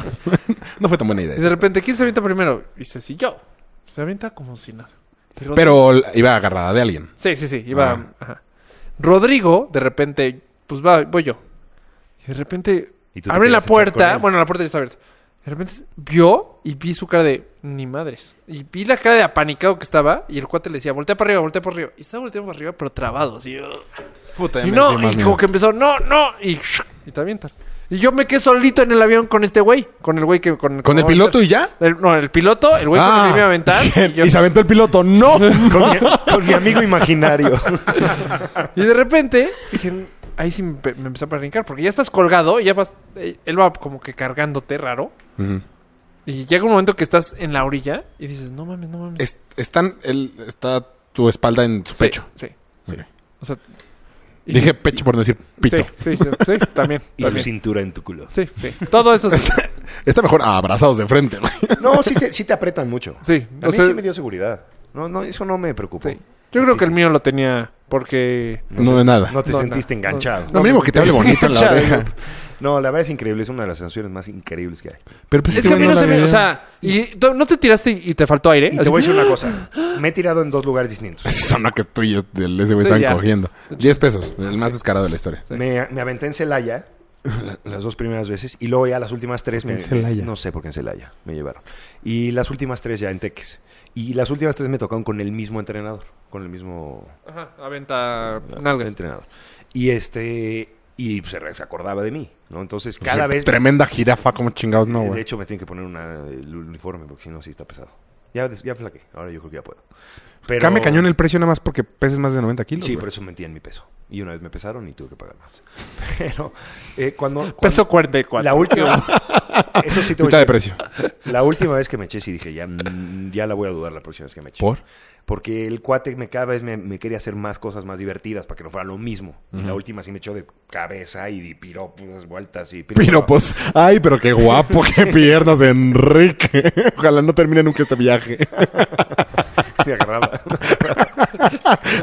no fue tan buena
Y de
idea.
repente, ¿quién se avienta primero? Y dice, sí, yo. Se avienta como si nada. Y Rodrigo-
Pero la- iba agarrada de alguien.
Sí, sí, sí. Iba...
Ah.
ajá. Rodrigo, de repente, pues va, voy yo. Y de repente,
Y tú te
abre la
quedas a echar con
puerta.
él.
Bueno, la puerta ya está abierta. De repente vio y vi su cara de ni madres. Y vi la cara de apanicado que estaba. Y el cuate le decía, voltea para arriba, voltea para arriba. Y estaba volteando para arriba, pero trabado. Así, "Ugh".
Puta,
Y no, y como que empezó, no, no, y, y te avientan. Y yo me quedé solito en el avión con este güey, con el güey que... ¿Con,
¿Con el piloto y ya? Ah.
El- no, el piloto, el güey con el que me iba a aventar. Y, yo-
y se aventó el piloto. ¡No!
Con mi, con mi amigo imaginario.
y de repente, dije, ahí sí me, empe- me empezó a perrincar, porque ya estás colgado, y ya vas, eh, él va como que cargándote raro.
Ujú.
Y llega un momento que estás en la orilla y dices, no mames, no mames.
Es- están, él, está tu espalda en su
Sí,
pecho.
Sí, sí.
Ok.
O sea... y-
Dije pecho por no decir pito.
Sí, sí, sí, sí, también,
Y tu
también.
cintura en tu culo.
Sí, sí. Todo eso sí.
Está mejor abrazados de frente, güey.
No, sí, se- sí te apretan mucho.
Sí,
A
o
mí
sea-
sí me dio seguridad. No, no, eso no me preocupó.
Sí. Yo creo que el mío lo tenía porque...
No de nada.
No te
No,
sentiste
no,
enganchado.
No, mínimo que te hable bonito en la
Chale,
oreja.
No, la verdad es increíble. Es una de las canciones más increíbles que hay.
Pero pues
Es que a mí
güey,
no se
la
me... O
veo.
sea, y, ¿no te tiraste y te faltó aire?
Y
Así-
te voy a decir una cosa. Me he tirado en dos lugares distintos.
Sonó que tú y yo, el- ese güey
Sí,
estaban
ya.
cogiendo. 10 pesos, el más descarado de la historia.
Me, me aventé en Celaya la- las dos primeras veces y luego ya las últimas tres me,
En Celaya.
No sé por qué en Celaya me llevaron. Y las últimas tres ya en Teques. Y las últimas tres me tocaron con el mismo entrenador, con el mismo
Ajá, aventa nalgas.
entrenador. Y este y pues, se re- se acordaba de mí, ¿no? Entonces
O sea,
cada vez
Tremenda jirafa, como chingados, no,
de
güey.
hecho, me tienen que poner una, el uniforme porque si no, sí está pesado. Ya, des- ya flaqué. Ahora yo creo que ya puedo. Pero...
Cambia cañón el precio nada más porque peses más de 90 kilos.
Sí,
güey.
por eso mentía en mi peso. Y una vez me pesaron y tuve que pagar más. Pero eh, cuando... cuando-
Peso 44.
La última... eso sí te voy
Mitad
a
de
decir.
precio.
La última vez que me eché sí dije, ya, mm, ya la voy a dudar la próxima vez que me eche.
¿Por?
Porque el cuate me cada vez me, me quería hacer más cosas más divertidas para que no fuera lo mismo. Y la última sí me echó de cabeza y di piropos, vueltas y
Piropos. Ay, pero qué guapo, qué piernas, Enrique. Ojalá no termine nunca este viaje.
Me agarraba.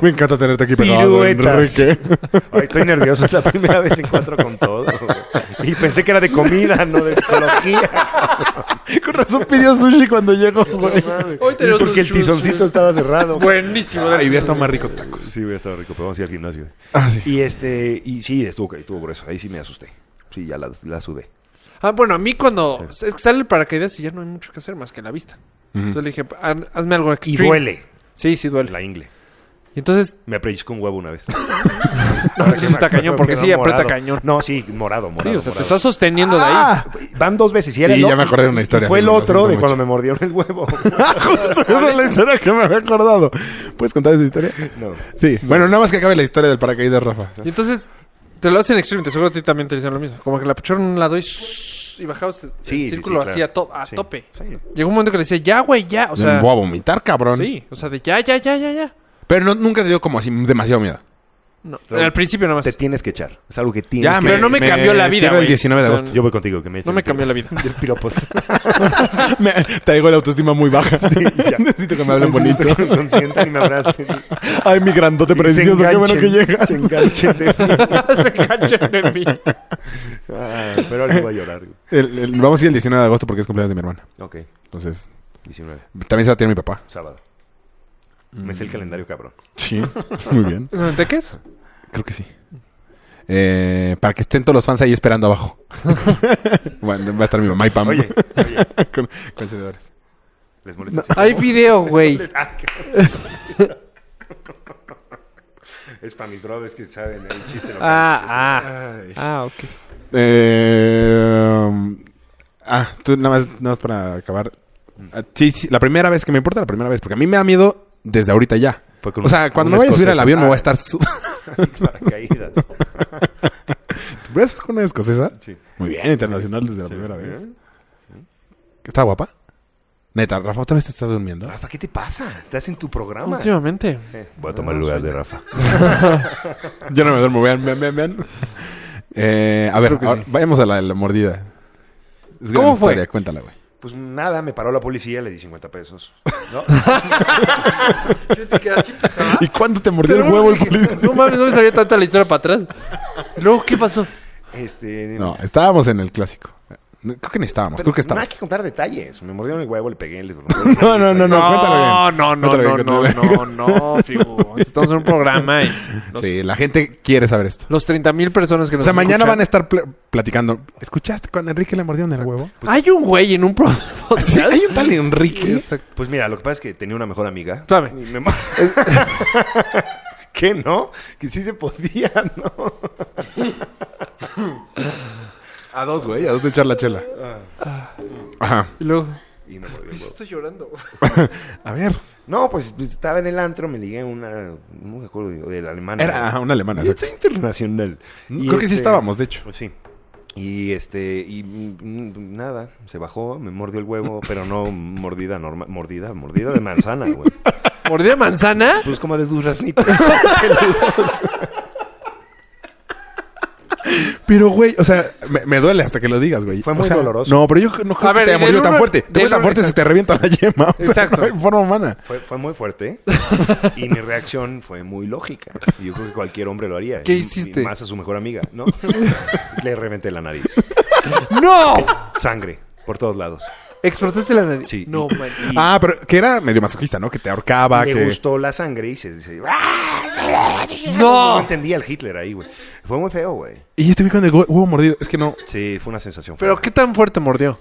Me encanta tenerte aquí pegado,
Piruetas.
Enrique.
Ay, estoy nervioso, es la primera vez en cuatro con todo. güey. Y pensé que era de comida, no de psicología.
Con razón pidió sushi cuando llegó, güey.
Hoy tenemos
Porque
un
el tizoncito
sushi
estaba cerrado.
Buenísimo.
Ay, hubiera estado más rico tacos.
Sí, hubiera estado rico, pero vamos a ir al gimnasio. güey.
Ah, sí.
Y este, y sí, estuvo, estuvo grueso. Ahí sí me asusté. Sí, ya la, la sudé.
Ah, bueno, a mí cuando es que sale el paracaídas y ya no hay mucho que hacer más que la vista. Entonces le dije, "Ha- hazme algo
Y
extreme.
duele
Sí, sí duele.
la ingle.
Y entonces,
Me pellizcó un huevo una vez.
no,
Ahora que
entonces
me
está
acuerdo
cañón,
que
porque
era
sí, aprieta
morado.
cañón.
No, sí, morado, morado.
Sí, o sea, te
morado.
estás sosteniendo de ahí.
¡Ah!
Van dos veces. Y era
Y
el
ya
otro.
me acordé de una historia.
Fue el
Lo
otro
siento
de
mucho.
cuando me mordieron el huevo.
Justo esa es la historia que me había acordado. ¿Puedes contar esa historia?
No.
Sí. Bueno, nada más que acabe la historia del paracaídas, Rafa.
Y entonces, te lo hacen extreme, te seguro a ti también te dicen lo mismo. Como que la pucharon a un lado y, shhh, y bajabas el, el
Sí, sí,
círculo
sí,
así a,
claro.
to- a
Sí.
tope.
Sí.
Llegó un momento que le decía, ya, güey, ya. O sea,
Voy a vomitar, cabrón.
sí, o sea, de ya, ya, ya, ya, ya.
Pero no, nunca te dio como así demasiado miedo.
No, al principio nada más.
Te tienes que echar. Es algo que tienes
Ya,
que
Pero no me cambió la vida,
tiro el
güey.
19 de
O sea,
agosto.
Yo voy contigo, que me echen
No me
el
cambió la vida.
piro- el piropos.
Me, traigo la autoestima muy baja.
ya.
Necesito que me hablen bonito.
Que me consientan y me abracen.
Ay, mi grandote
Y se
precioso, qué bueno
enganchen,
que llegas.
Se enganchen de mí.
Se enganchan de mí.
Ah, pero ahora voy a llorar. güey.
El- el- vamos a ir el 19 de agosto porque es cumpleaños de mi hermana.
Ok,
Entonces,
19,
también se va a tirar mi papá.
sábado. Me sé el calendario, cabrón.
Sí. Muy bien.
¿De qué es?
Creo que sí. Eh, para que estén todos los fans ahí esperando abajo. Bueno, va a estar mi mamá y Pam
Oye, oye,
con, con seguidores.
les molesta.
Hay video, güey.
Ah, qué- es para mis brothers que saben el chiste. local.
Ah, ah.
Ay.
Ah, ok.
Eh, ah, tú nada más, nada más para acabar. Ah, Sí, sí, la primera vez que me importa, la primera vez, porque a mí me da miedo desde ahorita ya.
Fue con
O sea,
un-
cuando
un
me vaya a subir al
escocés.
avión me
Ah.
voy a estar... su-
Paracaídas.
¿Ves con una escocesa?
Sí.
Muy bien, internacional desde la primera vez.
¿Eh?
¿Está guapa? Neta, Rafa, ¿otra vez te estás durmiendo?
Rafa, ¿qué te pasa? Estás en tu programa.
Últimamente.
Eh, Voy a tomar el lugar de Rafa.
Yo no me duermo, vean, vean, vean, vean. Eh, a ver, ahora- vayamos a la, la mordida. Es gran
¿Cómo fue?
historia, Cuéntala, güey.
Pues nada, me paró la policía, le di 50 pesos. ¿No?
¿Y cuándo te mordió el huevo el policía?
No mames, no me sabía tanta la historia para atrás. Y luego, ¿qué pasó?
Este,
No, estábamos en el clásico. No, Creo que ni estábamos,
pero
creo que
no hay
estábamos.
que contar detalles. Me mordieron el huevo, le pegué, les
No, no, no, no, cuéntalo
No,
bien.
no, no,
Cuéntalo
no,
bien,
no,
cuéntalo bien.
no, no, figu. Estamos en un programa y los,
Sí, la gente quiere saber esto.
los 30 mil personas que
O
nos
sea, mañana
escuchan-
van a estar pl- platicando. ¿Escuchaste cuando a Enrique le mordieron el huevo?
Pues, Hay un güey en un pro- podcast.
Sí, hay un tal Enrique.
Exacto.
Pues mira, lo que pasa es que tenía una mejor amiga.
Espérame.
Y me ma- ¿Qué no? Que sí se podía, ¿no?
A dos, güey, a dos de echar la chela. Ah. Ajá.
Y luego...
Y me mordió el huevo.
Estoy llorando.
A ver.
No, pues pues, estaba en el antro, me ligué a una. No me acuerdo del alemán.
Era ajá, una alemana. exacto. Mm,
internacional. Y
Creo que sí
este-
estábamos, de hecho.
Sí. Y este, y mm, mm, nada, se bajó, me mordió el huevo, pero no mordida normal, mordida, mordida de manzana, güey.
¿Mordida de manzana?
Pues como de duraznito.
Pero, güey, o sea, me, me duele hasta que lo digas, güey.
Fue
O
muy
sea,
doloroso.
No, pero yo no creo
A
que
ver,
te
del
haya mordido tan
uno-
fuerte. Te
del
mordió tan
uno-
fuerte se te revienta la yema. O sea,
Exacto.
No hay forma humana.
fue, fue muy fuerte y mi reacción fue muy lógica. Y Yo creo que cualquier hombre lo haría.
¿Qué
Y- y
hiciste?
más a su mejor amiga, ¿no? Le reventé la nariz.
¡No!
Sangre, por todos lados.
¿Explotaste la nariz?
Sí.
No,
Y-
man.
y-
Ah, pero que era medio masoquista, ¿no? Que te ahorcaba,
le
que...
gustó la sangre y se dice. "Ah, No
¡No!
entendía el Hitler ahí, güey. Fue muy feo, güey.
Y este vi con el hue- huevo mordido. Es que no...
Sí, fue una sensación.
¿Pero
fea.
qué tan fuerte mordió?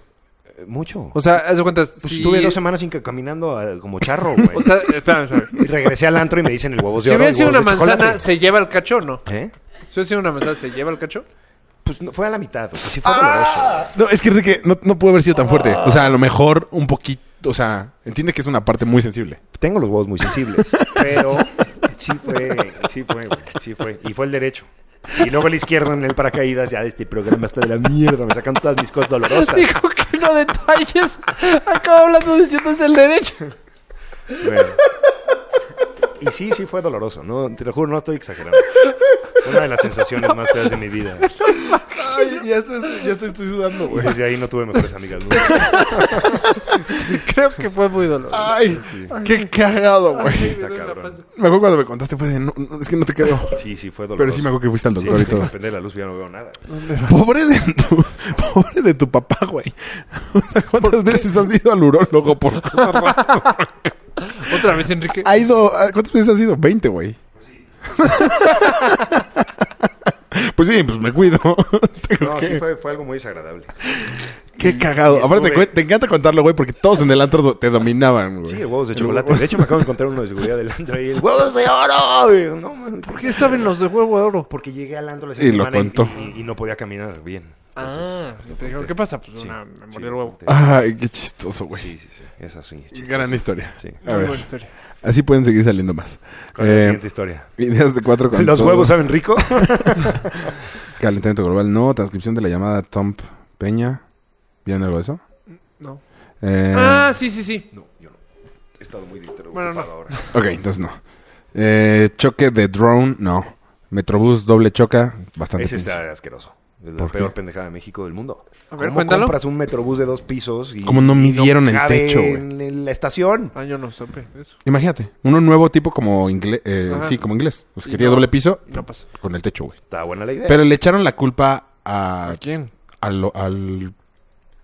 Eh, Mucho.
O sea, haz de cuenta...
Pues
si-
estuve dos semanas sin ca- caminando ah, como charro, güey.
O sea, espérame, espérame.
y regresé al antro y me dicen el huevo de
Si
oro y
hubiera sido una
huevos de
manzana,
chocolate.
¿se lleva el cacho o no?
¿Eh?
Si hubiera sido una manzana, ¿se lleva el cacho?
Pues no, fue a la mitad. o sea, sí
Ah.
fue doloroso.
No, es que Enrique no, no pudo haber sido tan fuerte. O sea, a lo mejor un poquito... O sea, entiende que es una parte muy sensible.
Tengo los huevos muy sensibles. Pero sí fue, sí fue, güey, sí fue. Y fue el derecho. Y luego el izquierdo en el paracaídas, ya de este programa está de la mierda, me sacan todas mis cosas dolorosas.
Dijo que no detalles. Acaba hablando diciéndose el derecho.
Bueno. Y sí, sí fue doloroso, no, te lo juro, no estoy exagerando. Una de las sensaciones más feas de mi vida.
Ay, ya, estoy, sudando,
Y desde ahí no tuve mejores amigas nunca.
Creo que fue muy doloroso.
Ay, qué cagado, güey.
Está cabrón.
Me acuerdo cuando me contaste, fue de... "No, no, es que no te creo.
Sí, sí fue doloroso.
Pero sí me acuerdo que fuiste al
Sí,
doctor
sí,
y todo.
prender la luz, ya no veo nada.
Pobre de tu, pobre de tu papá, güey. O sea, ¿Cuántas veces has ido al urólogo por cosas raras?
Otra vez, Enrique.
Ha ido, ah, ¿cuántas veces has ido? 20, güey. Pues sí, pues me cuido.
No, sí fue, fue algo muy desagradable.
Qué cagado.
Y
Aparte,
estuve-
cu- te encanta contarlo, güey, porque todos en el antro te dominaban, güey.
Sí, el huevos de chocolate. De hecho, me acabo de encontrar uno de seguridad del antro ahí. ¡El huevos de oro! Y yo, No, man, ¿por
¿Por
qué?
qué saben los de huevo de oro?
Porque llegué al antro la
Y lo
semana
contó.
Y, y no podía caminar bien.
Ah,
Entonces,
te dijeron,
conté.
¿qué pasa? Pues
Sí,
una, me
sí,
mordió el huevo.
conté.
Ay, qué chistoso, güey.
Sí, sí, sí. Es así. es chistoso.
Gran historia.
Sí.
A
Muy
ver.
buena historia.
Así pueden seguir saliendo más.
Con la
Eh,
siguiente historia.
Ideas de cuatro con
¿Los
todo.
huevos saben rico?
Calentamiento global, no. Transcripción de la llamada Tom Peña. ¿Vieron algo de eso?
No.
Eh,
Ah, sí, sí, sí.
No, yo no. He estado muy distraído
Bueno, no.
ahora.
Ok, entonces no. Eh, choque de drone, no. Metrobús doble choca, bastante.
Ese
pinche.
está asqueroso. Es la
¿Por qué?
peor pendejada de México del mundo.
A ver,
¿Cómo
cuéntalo.
compras un metrobús de dos pisos y...
¿Cómo no
y
midieron el
cabe
techo, güey?
en, en la estación?
Ah, yo no supe eso.
Imagínate, uno nuevo tipo como inglés.
Ajá.
sí, como inglés. O sea,
Y
que tiene
no-
doble piso
Y no pasa. Eh.
con el techo, güey.
Está buena la idea.
Pero le echaron la culpa a,
¿A quién?
al, al,
Al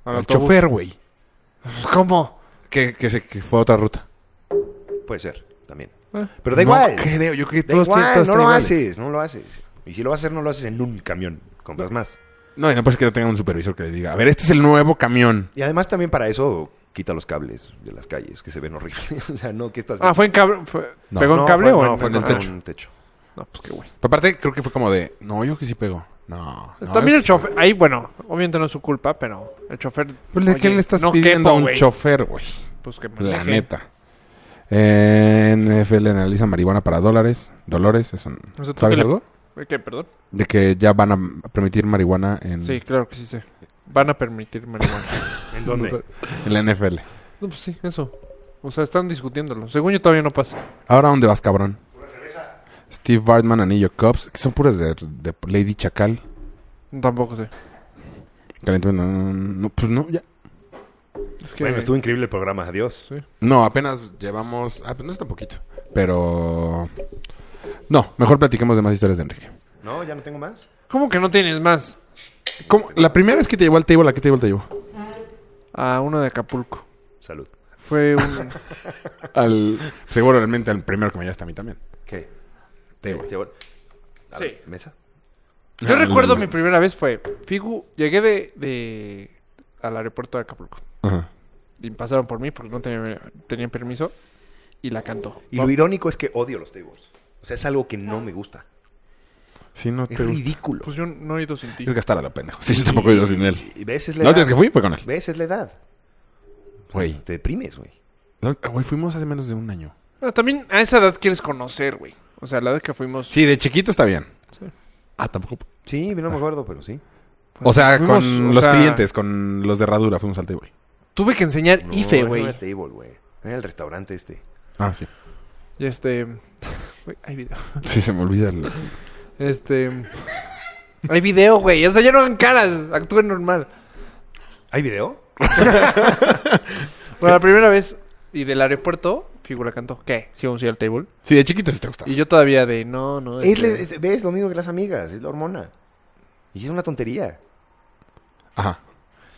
al
autobús.
chofer, güey.
¿Cómo?
Que, que, se, que fue a otra ruta.
Puede ser, también.
Eh.
Pero
No
da igual.
creo, yo creo que
Da
todos
igual,
tienen- todos
no
están
lo
iguales.
haces, no lo haces. Y si lo vas a hacer, no lo haces en un camión. Compras más.
No, y no parece que no tenga un supervisor que le diga, a ver, este es el nuevo camión.
Y además también para eso quita los cables de las calles, que se ven horribles. o sea, no, que estás...
Ah, ¿fue en cable? fue-
No.
¿Pegó en
No,
cable
fue-
o
no,
en
fue en
el
el techo.
techo?
No, pues qué güey.
Pero aparte, creo que fue como de, no, yo que sí pego. No. no,
También
yo-
el chofer. Ahí, bueno, obviamente no es su culpa, pero el chofer.
Pero Pues, ¿de qué
Oye,
le estás
no
pidiendo
quepo,
a un
güey.
chofer, güey?
Pues que
La
maneje.
neta. Eh, NFL analiza marihuana para dólares. Dolores, eso. no-
O sea, ¿tú
¿Sabes
qué le-
algo?
¿Qué, perdón?
De que ya van a permitir marihuana en,
Sí, claro que sí sé. Van a permitir marihuana.
¿En dónde?
en la NFL.
no, pues sí, eso. O sea, están discutiéndolo. Según yo todavía no pasa.
Ahora, ¿dónde vas, cabrón? Steve Bartman, Anillo Cops, que son puras de, de Lady Chacal.
Tampoco sé.
Calentamiento. No, no, pues no, ya.
Es que...
Bueno, estuvo increíble el programa. Adiós.
Sí.
No, apenas llevamos. Ah, pues no es tan poquito. Pero. No, mejor platiquemos de más historias de Enrique.
No, ya no tengo más.
¿Cómo que no tienes más?
¿Cómo? La primera vez que te llevó al table, ¿a qué table te llevó?
A uno de Acapulco.
Salud.
Fue un...
Al, seguramente al primero que me llevaste a mí también.
¿Qué?
Te
¿Te voy- a
Sí.
la ¿Mesa?
Yo
Ah,
recuerdo
no.
mi primera vez fue... Figu, llegué de, de... Al aeropuerto de Acapulco.
Ajá.
Y pasaron por mí porque no tenía, tenían permiso. Y la cantó.
Y lo irónico es que odio los tables. O sea, es algo que no me gusta.
Sí, no
Es
te gusta.
ridículo.
Pues yo no he ido sin ti.
Es gastar a la pendejo. Sí, pues, yo tampoco he ido sin él.
Y ves, es la
La última
edad.
vez que fui fue con él.
Ves, es la edad.
Güey.
Te deprimes, güey.
La- Güey, fuimos hace menos de un año.
Bueno, Ah, también a esa edad quieres conocer, güey. O sea, la edad que fuimos...
Sí, de chiquito está bien.
Sí.
Ah, tampoco.
Sí, no me
Ah.
acuerdo, pero sí.
O sea,
Fuimos,
con
o
los
sea,
clientes, con los de herradura, fuimos al table.
Tuve que enseñar
No,
IFE,
no
güey.
era table, güey. Era el restaurante este.
Ah, sí.
Y este... güey, hay video.
Sí, se me olvida el...
Este... Hay video, güey. O sea, ya no hagan caras. Actúen normal.
¿Hay video?
Bueno, la primera vez, y del aeropuerto, figura cantó, ¿qué? Sí, vamos a ir al table.
Sí, de chiquito sí te gusta.
Y yo todavía de, no, no.
Es
este,
la- es- ves lo mismo que las amigas, es la hormona. Y es una tontería.
Ajá.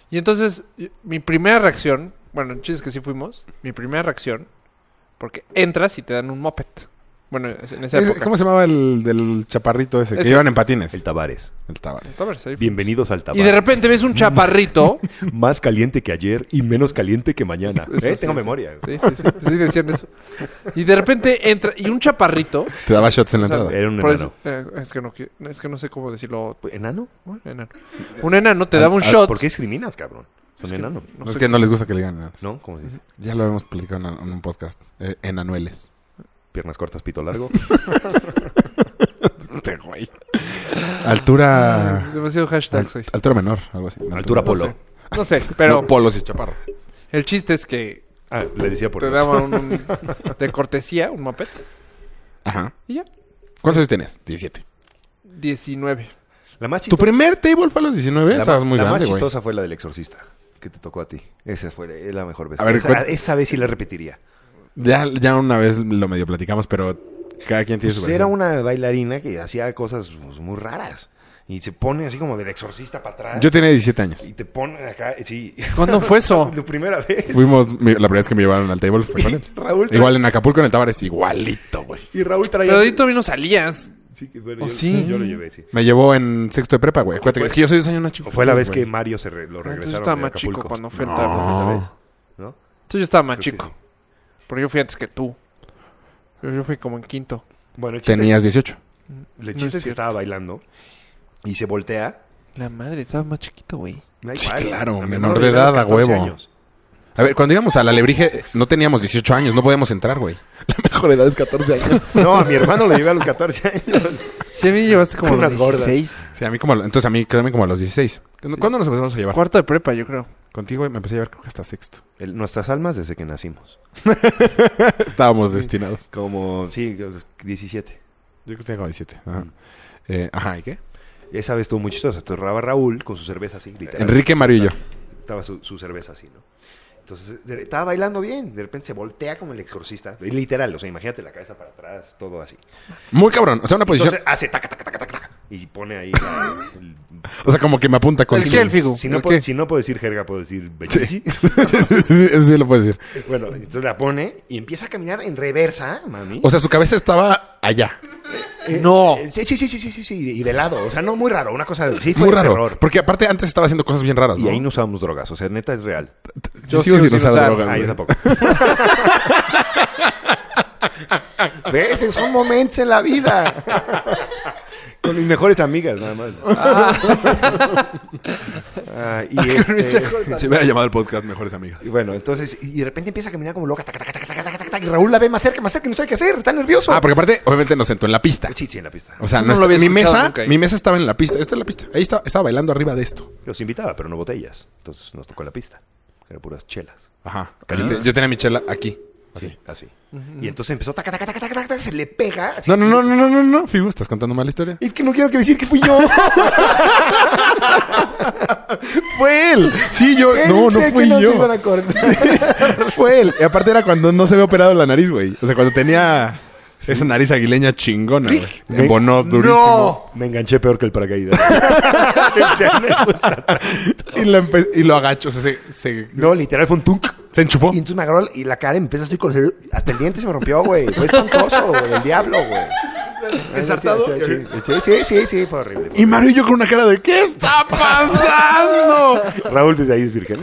Y entonces, y- mi primera reacción, bueno, el chiste es que sí fuimos, mi primera reacción, porque entras y te dan un moped. Bueno, es- en esa
Es-
época.
¿Cómo se llamaba el del chaparrito ese? Que
Ese.
iban en patines.
El
El,
Tavares.
Tavares.
Está Versailles.
Bienvenidos al
Y
Tavares.
de repente ves un chaparrito.
Más caliente que ayer y menos caliente que mañana.
Eso
Eh,
sí,
Tengo
sí.
memoria.
Sí, sí, sí, sí, decían eso. Y de repente entra, y un chaparrito.
Te daba shots en la
o sea,
entrada.
Era un
por
enano.
eso- eh, es, que no, qui- es que no sé cómo decirlo.
¿Enano?
Un enano. Un enano te daba un
Ah,
shot.
¿Por qué discriminas, cabrón? Son enano.
no, es que no les gusta que le digan nada.
¿No? ¿Cómo se dice?
Ya lo hemos platicado en, en un podcast. eh, en Anueles.
Piernas cortas, pito largo.
Este güey. Altura...
Demasiado hashtag
al- altura menor, algo así.
Altura polo.
No sé, pero
No, polos y chaparro.
el chiste es que
Ah, le decía por
te daban un, un- de cortesía un moped
Ajá.
y ya.
¿Cuántos años tienes? 17.
19.
La más
¿Tu
chistosa,
primer table fue a los 19?
la,
Estabas
ma-
muy
la
grande,
más
güey.
chistosa fue la del exorcista. Que te tocó a ti. Esa fue eh, la mejor vez.
A ver,
esa,
cuenta-
esa vez sí la repetiría.
Ya, ya una vez lo medio platicamos, pero cada quien tiene su
Pues era
versión.
una bailarina que hacía cosas pues, muy raras. Y se pone así como del exorcista para atrás.
Yo tenía 17 años.
Y te pone acá, sí.
¿Cuándo fue eso?
tu primera vez.
Fuimos, mi- la primera vez que me llevaron al table fue con él.
Raúl, tra-
Igual en Acapulco, en el Tabar es igualito, güey.
Y Raúl traía.
Pero ahí todavía no salías.
Sí, Sí, que- bueno,
¿O
yo,
Oh, sí?
yo lo llevé, sí.
Me llevó en sexto de prepa, güey. Acuérdate,
Fue-
Es que yo soy dos años más chico.
O fue la
ustedes,
vez que
güey.
Mario se re- lo regresaron
Entonces yo estaba
de
más chico
Acapulco.
cuando fue en
No.
tarde.
Esa vez, ¿no?
Entonces yo estaba más
Creo que
chico.
sí.
Porque yo fui antes que tú. Yo, yo fui como en quinto.
Bueno, el chiste,
Tenías 18.
el chiste
No
es
es
que estaba bailando y se voltea.
La madre, estaba más chiquito, güey.
Da
Sí,
igual,
claro,
a
menor
menor
de edad, a
14
huevo.
años.
A ver, cuando íbamos a la lebrige, no teníamos 18 años, no podíamos entrar, güey. La mejor edad es 14 años.
No, a mi hermano lo llevé a los 14 años.
Sí, a mí me llevaste como
Unas
unas
gordas.
16.
Sí, a mí como, a lo- entonces a mí, créeme, como a los 16. ¿Cuándo nos empezamos a llevar?
Cuarto de prepa, yo creo.
Contigo güey, me empecé a llevar creo que hasta sexto.
El- nuestras almas desde que nacimos.
Estábamos destinados.
Como, sí, los 17.
Yo creo que tenía como 17. Ajá. Eh, ajá, ¿y qué?
Esa vez estuvo muy chistosa. Torraba Raúl con su cerveza así, literal.
Enrique, Mario y yo.
Estaba su, su cerveza así, ¿no? Entonces, de- estaba bailando bien. De repente se voltea como el exorcista. Literal, o sea, imagínate la cabeza para atrás, todo así.
Muy cabrón. O sea, una posición.
Entonces hace taca, taca, taca, taca, taca. Y pone ahí. la- el-
o sea, como que me apunta con.
El selfie. Figu,
si, no
¿el
puedo,
qué?
si no puedo decir jerga, puedo decir
Sí.
bechichi.
sí, sí, sí, eso sí lo puedo decir.
Bueno, entonces la pone y empieza a caminar en reversa, mami.
O sea, su cabeza estaba allá.
no.
Eh, Sí, sí, sí, sí, sí, sí, sí, y de lado. O sea, no, muy raro, una cosa de... Sí, fue
Muy
de
raro.
terror.
Porque aparte antes estaba haciendo cosas bien raras,
Y
¿no?
ahí no usábamos drogas, o sea, neta es real.
Yo sigo sin usar drogas,
Ah,
güey.
yo tampoco. ¿Ves? Son momentos en la vida. Con mis mejores amigas, nada más. Ah, y este...
Se hubiera llamado el podcast Mejores Amigas.
Y bueno, entonces, y de repente empieza a caminar como loca, taca, taca, taca, taca, taca, taca, taca, y Raúl la ve más cerca, más cerca, y no sabe qué hacer, está nervioso.
Ah, porque aparte, obviamente nos sentó en la pista.
Sí, sí, en la pista.
O sea,
Eso
no
no lo
está-
había
mi
escuchado
mesa,
nunca.
mi mesa estaba en la pista. Esta es la pista. Ahí está- estaba bailando arriba de esto.
Los invitaba, pero no botellas. Entonces nos tocó la pista. Eran puras chelas.
Ajá. Yo, te- yo tenía mi chela aquí.
Así, así. Y entonces empezó, taca, taca, taca, taca, taca, se le pega. así.
No, no, no, no, no, no, no. Figu, estás contando mal la historia.
Es que no quiero que decir que fui yo.
Fue él. Sí, yo.
Él
No, no
sé que
fui
nos
yo.
iban a cortar.
Fue él. Y aparte era cuando no se había operado la nariz, güey. O sea, cuando tenía esa nariz aguileña chingona, güey. Embonó durísimo.
Me enganché peor que el paracaídas. Este anejo está-
Y lo, empe- y lo agachó. O sea, se, se,
no, literal fue un tunk.
se enchufó.
Y entonces me agarró y la cara empezó así con el... Hasta el diente se me rompió, güey. Fue espantoso, güey. El diablo, güey.
Ensartado.
Sí, sí, sí, sí, sí, fue horrible.
Y Mario y yo con una cara de ¿Qué está pasando?
Raúl desde ahí es virgen.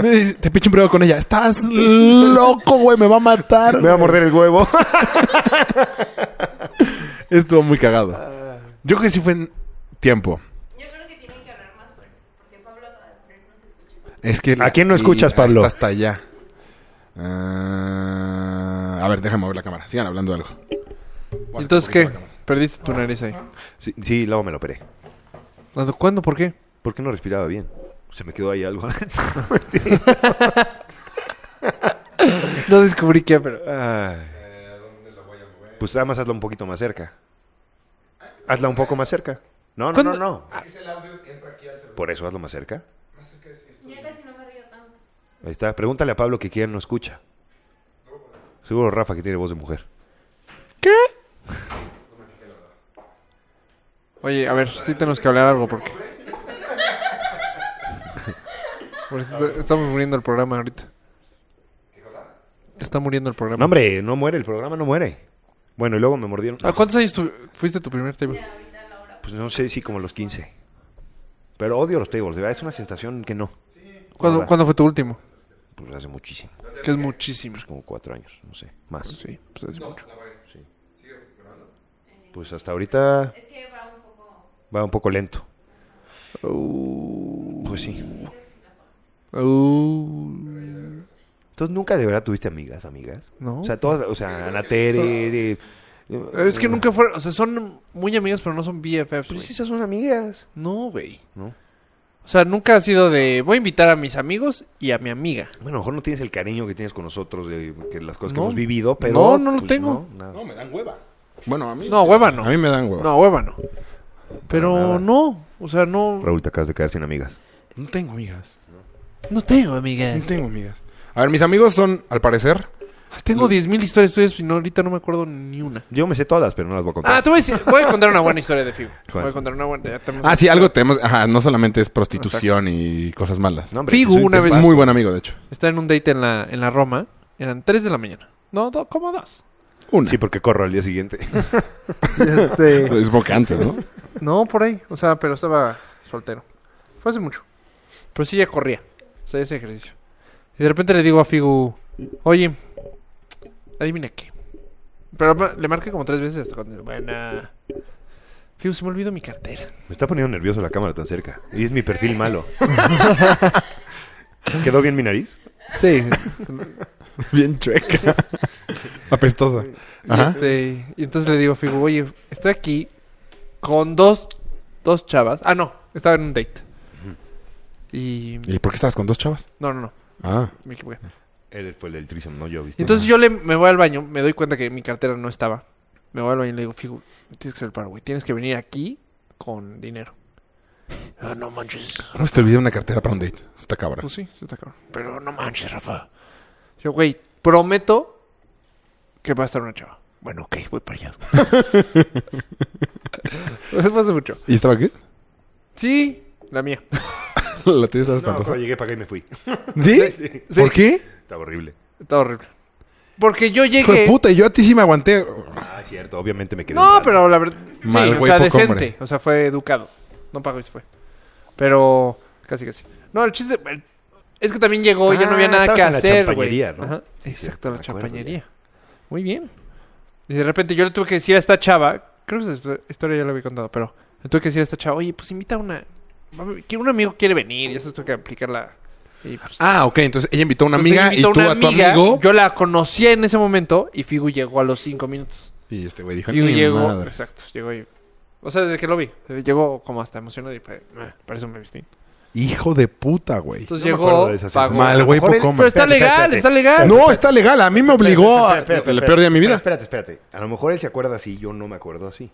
Me dice, Te picho un pedo con ella. Estás loco, güey. Me va a matar.
Me va a morder el huevo.
Estuvo muy cagado.
Ah.
Yo creo que sí fue en tiempo.
Yo creo que tienen que hablar más fuerte, porque Pablo no se escucha.
Es que
¿A quién no escuchas,
y-
Pablo?
Está hasta allá. Ah, a ver, déjame mover la cámara. Sigan hablando de algo.
¿Y entonces qué? Perdiste tu nariz ahí.
Sí, sí, luego me lo operé.
¿Cuándo? ¿Cuándo? ¿Por qué?
¿Por qué no respiraba bien? Se me quedó ahí algo.
No descubrí qué, pero... ah.
Ay. Pues nada más hazla un poquito más cerca. Hazla un poco más cerca. No, no, no,
¿Cuándo-
no. Por eso hazlo más cerca.
Ya casi no me río tanto.
Ahí está. Pregúntale a Pablo que quién no escucha. Seguro Rafa que tiene voz de mujer.
Oye, a ver, sí tenemos que hablar algo porque... Por eso est- estamos muriendo el programa ahorita. Está muriendo el
No,
programa.
hombre, no muere. El programa no muere. Bueno, y luego me mordieron.
¿A Ah, cuántos años tu- fuiste tu primer table?
Pues no sé si como los 15. Pero odio los tables. De verdad, es una sensación que no.
¿Cuándo,
Hola.
cuándo fue tu último?
Pues hace muchísimo.
Que es muchísimo.
Como cuatro años. No sé. Más.
Sí, pues es mucho.
Pues hasta ahorita
Es que va un poco.
va un poco lento. Pues sí.
Uh,
Entonces nunca de verdad tuviste amigas, amigas.
No.
O sea, todas, o sea, Ana Tere. de-
es que nunca fueron... O sea, son muy amigas, pero no son BFFs,
Pues
güey.
esas son amigas.
No, güey.
¿No?
O sea, nunca ha sido de... Voy a invitar a mis amigos y a mi amiga.
Bueno, a lo mejor no tienes el cariño que tienes con nosotros, de que las
No.
cosas que hemos vivido, pero.
No,
pues,
no lo tengo.
no, nada.
me dan hueva. Bueno, a mí.
No,
sí.
hueva no.
A mí me dan hueva.
No, hueva no.
nada.
Pero no, o sea, no,
Raúl, te acabas de quedar sin amigas.
No tengo amigas.
no tengo amigas.
No tengo amigas. A ver, mis amigos son, al parecer.
Tengo 10.000 historias tuyas y no, ahorita no me acuerdo ni una.
Yo me sé todas, pero no las voy a contar.
Ah, te voy a decir, voy a contar una buena historia de Figo.
¿Cuál?
Voy a contar una buena. ya tenemos-
Ah, sí, algo tenemos. Ajá, no solamente es prostitución y cosas malas.
No, hombre,
Figu
si soy
una
un
es
vez-
muy buen amigo, de hecho.
Estaba en un date en la, en la Roma, eran 3 de la mañana. No, do- como 2.
Una.
Sí, porque corro al día siguiente.
Este,
Es bocante, ¿no?
no, por ahí. O sea, pero estaba soltero. Fue hace mucho. Pero sí, ya corría. O sea, ya hacía ejercicio. Y de repente le digo a Figu, oye, adivina qué. Pero ma- le marqué como tres veces hasta cuando dijo, buena. Figu, se me olvidó mi cartera.
Me está poniendo nervioso la cámara tan cerca. Y es mi perfil malo. ¿Quedó bien mi nariz?
Sí.
Bien chueca. Apestosa. Ajá.
Este, y entonces le digo a Figu, oye, estoy aquí con dos, dos chavas. Ah, no, estaba en un date. Y...
¿Y por qué estabas con dos chavas?
No, no, no.
Ah.
Me equivoqué.
Él fue el del trisom, no yo, ¿viste?
Entonces yo le, me voy al baño, me doy cuenta que mi cartera no estaba. Me voy al baño y le digo, Figu, me tienes que hacer el paro, güey. Tienes que venir aquí con dinero. Ah, no manches.
¿Cómo se te olvida una cartera para un date? Está cabrón.
Pues sí, se está cabrón. Pero no manches, Rafa. Yo, güey, prometo que va a estar una chava. Bueno, ok, voy para allá. Eso pasa mucho.
¿Y estaba qué?
Sí, la mía.
¿La tienes la
No,
espantosa?
pero llegué para acá y me fui.
¿Sí?
Sí.
¿Por qué?
Está horrible.
Está horrible. Porque yo
Hijo de
llegué.
puta, y yo a ti sí me aguanté.
Ah, cierto. Obviamente me quedé.
No,
mal.
pero la verdad. Sí,
Mal
o
güey,
sea,
poco
decente.
hombre.
O sea, fue educado. No pagó y se fue. Pero casi, casi. No, el chiste. el- es que también llegó y ya no había
Ah,
nada
estabas
que
en la
hacer.
champañería,
güey.
¿no?
Ajá,
Sí,
Exacto,
cierto,
la
me acuerdo
champañería. Muy bien. Y de repente yo le tuve que decir a esta chava. Creo que esa histo- historia ya la había contado, pero le tuve que decir a esta chava, oye, pues invita a una. Que un amigo quiere venir y eso tuve que aplicarla. Y pues,
Ah, ok. Entonces ella invitó a una
Entonces,
amiga y
invitó
tú a tu
amiga,
amigo.
Yo la conocía en ese momento y Figu llegó a los cinco minutos.
Y este güey dijo,
Figu
"Ni
llegó,
madres".
exacto, llegó y... O sea, desde que lo vi, eh, llegó como hasta emocionado y fue, "Ah, parece un vestí.
Hijo de puta, güey.
Entonces
No me
llegó,
acuerdo de esa
pagó.
sensación.
Mal, güey,
A lo
poco
mejor él-
hombre.
Pero está
Espérate,
legal,
espérate.
está legal.
No, está legal. A mí me obligó a...
Espérate, espérate, espérate,
El peor día de mi vida.
Espérate, espérate. A lo mejor él se acuerda así, yo no me acuerdo así.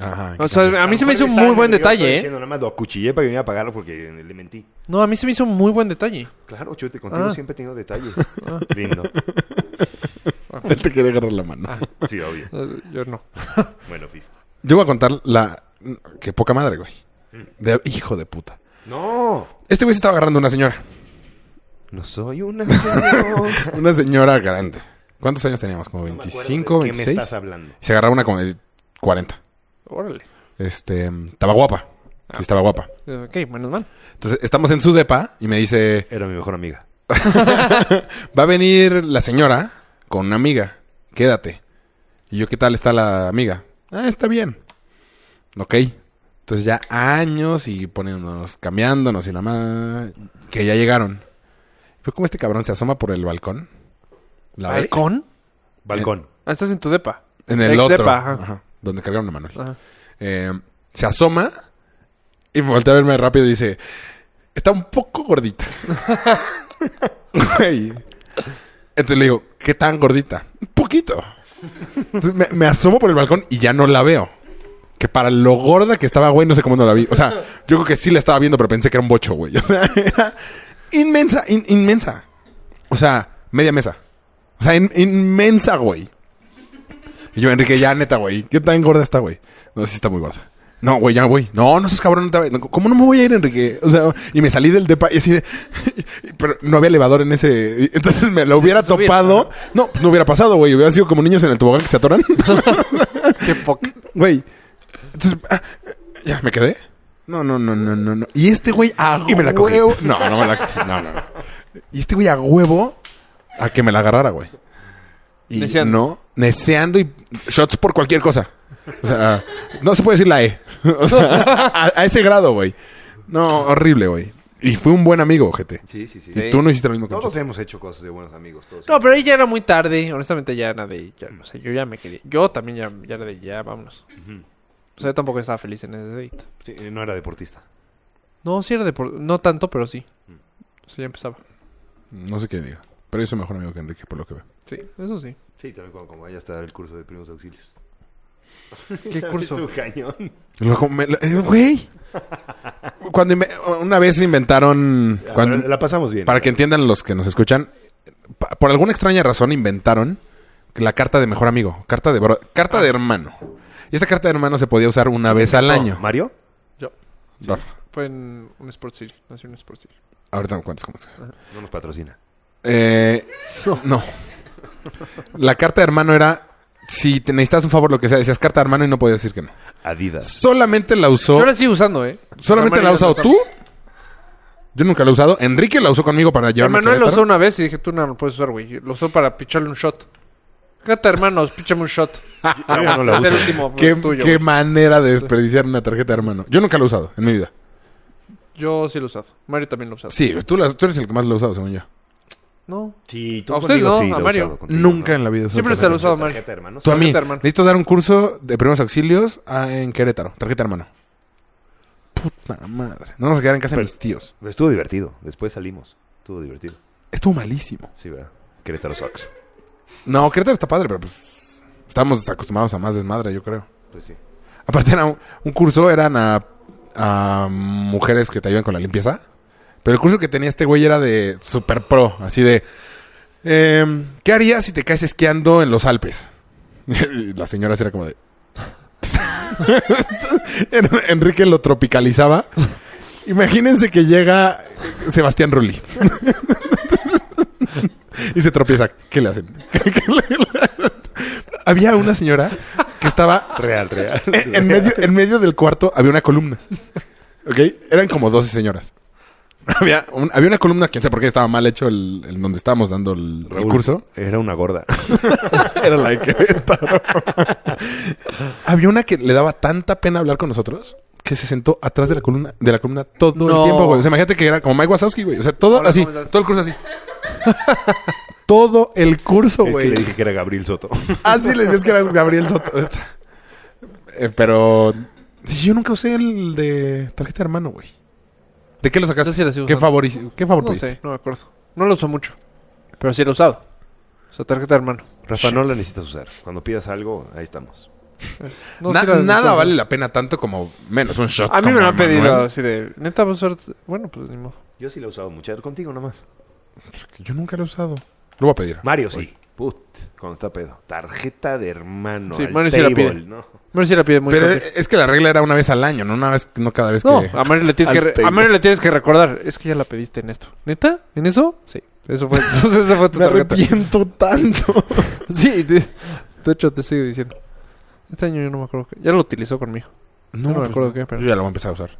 Ajá.
O sea, a mí
lo
se me
mejor
hizo un
él estaba
muy buen
nervioso
detalle, ¿eh?
Diciendo, nada más lo acuchillé para que viniera a pagarlo porque le mentí.
No, a mí se me hizo un muy buen detalle.
Claro, chute, contigo
Ah.
siempre he tenido detalles. Lindo.
ah,
Te quería agarrar la mano.
Sí, obvio.
Eh, Yo no.
Bueno, fisto.
Yo voy a contar la... Qué poca madre, güey. De- Hijo de puta.
No,
Este güey se estaba agarrando a una señora.
no soy una señora.
Una señora grande. ¿Cuántos años teníamos? ¿Como
me acuerdo
25,
de qué me
26?
estás hablando.
Y se agarraba una como de 40.
Órale.
Este, mm, estaba guapa.
Ah.
Sí, estaba guapa.
Eh, Ok, menos mal.
Entonces, estamos en su depa y me dice,
Era mi mejor amiga.
va a venir la señora con una amiga. Quédate. Y yo, ¿qué tal está la amiga? Ah, está bien. Ok. Entonces ya años y poniéndonos, cambiándonos y la más... Que ya llegaron. Fue como este cabrón se asoma por el balcón. La ve
¿Balcón?
Balcón.
Ah, estás en tu depa.
En el
Ex
otro.
depa, ajá.
Ajá, donde cargaron a Manuel.
Ajá.
Eh, se asoma y me voltea a verme rápido y dice, está un poco gordita. Güey. Entonces le digo, ¿qué tan gordita? Un poquito. Entonces me, me asomo por el balcón y ya no la veo. Que para lo gorda que estaba, güey, no sé cómo no la vi. O sea, yo creo que sí la estaba viendo, pero pensé que era un bocho, güey. O sea, era inmensa, in- inmensa. O sea, media mesa. O sea, in- inmensa, güey. Y yo, Enrique, ya neta, güey. ¿Qué tan gorda está, güey? No, sí está muy gorda. No, güey, ya me voy. No, no seas cabrón, no te vayas. No, ¿Cómo no me voy a ir, Enrique? O sea, y me salí del depa y así de... Pero no había elevador en ese... Entonces me lo hubiera
Subir.
topado. No, pues no hubiera pasado, güey. Hubiera sido como niños en el tobogán que se atoran.
Qué poca.
Güey. Entonces, ah, ya, ¿me quedé? No, no, no, no, no, no. Y este güey a
Y me la cogí.
huevo- No, no me la cogí. No, no, no. Y este güey a huevo a que me la agarrara, güey. Y
Neceando.
no, neceando y shots por cualquier cosa. O sea, no se puede decir la E. O sea, a, a ese grado, güey. No, horrible, güey. Y fue un buen amigo, ojete.
Sí, sí, sí.
Y tú no hiciste lo mismo con
Todos
nosotros.
hemos hecho cosas de buenos amigos. Todos.
No, pero ahí ya era muy tarde. Honestamente, ya era de... Ya, no sé, yo ya me quería... Yo también ya, ya era de... Ya, vámonos. O sea, yo tampoco estaba feliz en ese date.
Sí, eh, no era deportista.
No, sí era depor- No tanto, pero sí.
Mm.
O sea, ya empezaba.
No sé qué diga. Pero yo soy mejor amigo que Enrique, por lo que veo.
Sí, eso sí.
Sí, también cuando, como vaya a estar el curso de primos auxilios.
¿Qué curso?
Tu cañón.
Luego me- eh, güey. Cuando inve- una vez inventaron. cuando-
Ahora la pasamos bien.
para que entiendan los que nos escuchan, pa- por alguna extraña razón inventaron la carta de mejor amigo, carta de bro- carta de hermano. Y esta carta de hermano se podía usar una vez al
Ah. No,
año.
¿Mario?
Yo.
Rafa,
Fue en un Sport City. Nací en un Sport City.
ahorita me cuentas cómo se.
No nos patrocina.
Eh, no. La carta de hermano era si te necesitas un favor, lo que sea, decías carta de hermano y no podías decir que no.
Adidas.
Solamente la usó.
Yo la sigo usando, ¿eh?
¿Solamente la
Manuel
has usado tú? Yo nunca la he usado. Enrique la usó conmigo para
Pero
llevarme a
Manuel lo usó
Querétaro.
una vez y dije, tú no lo puedes usar, güey. Lo usó para picharle un shot. Cata, hermanos, pichame un shot.
Ah,
Yo ya no la
es el
uso.
último
Qué,
tuyo.
qué
güey.
manera de desperdiciar una tarjeta de hermano. Yo nunca la he usado en mi vida.
Yo sí lo he usado. Mario también lo ha usado.
Sí, tú, la- tú eres el que más la ha usado, según yo.
No.
Sí,
A usted
conmigo
no,
lo
a
he
Mario.
usado, contigo
nunca
no.
en la vida. he usado
Siempre
tarjeta.
se lo usaba mal.
Tarjeta, hermano.
Tú a mí.
Tarjeta hermano.
Necesito dar un curso de primeros auxilios ah, en Querétaro. Tarjeta hermano. Puta madre. No nos quedar en casa de
Pero-
mis tíos.
Estuvo divertido. Después salimos. Estuvo divertido.
Estuvo malísimo.
Sí, ¿verdad? Querétaro Sox.
No, Querétaro está padre, pero pues... Estamos acostumbrados a más desmadre, yo creo.
Pues sí.
Aparte era un, un curso, eran a, a mujeres que te ayudan con la limpieza. Pero el curso que tenía este güey era de super pro, así de... em, ¿Qué harías si te caes esquiando en los Alpes? Y la señora sí era como de... En- Enrique lo tropicalizaba. Imagínense que llega Sebastián Rulli. y se tropieza. ¿Qué le hacen? Había una señora que estaba
Real, real.
en, en medio, en medio del cuarto había una columna. ¿Ok? Eran como 12 señoras. Había, un- había una columna, quién sabe por qué estaba mal hecho el, el donde estábamos dando el, el
Raúl,
curso.
Era una gorda.
Era la de Querétaro. había una que le daba tanta pena hablar con nosotros que se sentó atrás de la columna, de la columna todo el
No.
tiempo, güey. O sea, imagínate que era como Mike Wazowski, güey. O sea, todo
Hola,
así,
¿cómo estás?
todo el curso así. todo el curso,
Es que
güey.
le dije que era Gabriel Soto.
Ah, sí, le decías que era Gabriel Soto. Eh, pero sí, yo nunca usé el de tarjeta de hermano, güey. ¿De qué lo sacaste?
Yo sí la sigo
¿Qué,
usando.
favorici- ¿Qué favor
No
pediste?
sé, no me acuerdo. No lo uso mucho. Pero sí lo he usado. O sea, tarjeta de hermano.
Rafa, no la necesitas usar. Cuando pidas algo, ahí estamos.
No,
Na-
sí la-
nada
uso.
vale la pena tanto como menos un shot.
A mí
como
me lo han
Ah, Manuel.
pedido así de... Neta, vas a usar... Bueno, pues ni modo.
Yo sí la he usado mucho. Contigo nomás.
Yo nunca lo he usado. Lo voy a pedir.
Mario sí. Put, cuando está pedo. Tarjeta de hermano.
Sí,
al
Mario sí la
table,
pide.
¿no?
Mario sí la pide muy
Pero
cortita.
es, es que la regla era una vez al año, no una vez, no cada vez
No,
que.
a Mario, le tienes que
Al
re-
table.
a Mario le tienes que recordar. Es que ya la pediste en esto. ¿Neta? ¿En eso? Sí. Eso fue, eso fue tu
Me
tarjeta.
arrepiento tanto.
Sí, de, de hecho te sigo diciendo. Este año yo no me acuerdo. qué- Ya lo utilizó conmigo.
No,
me
pues,
acuerdo qué, pero-
Yo ya lo voy a empezar a usar.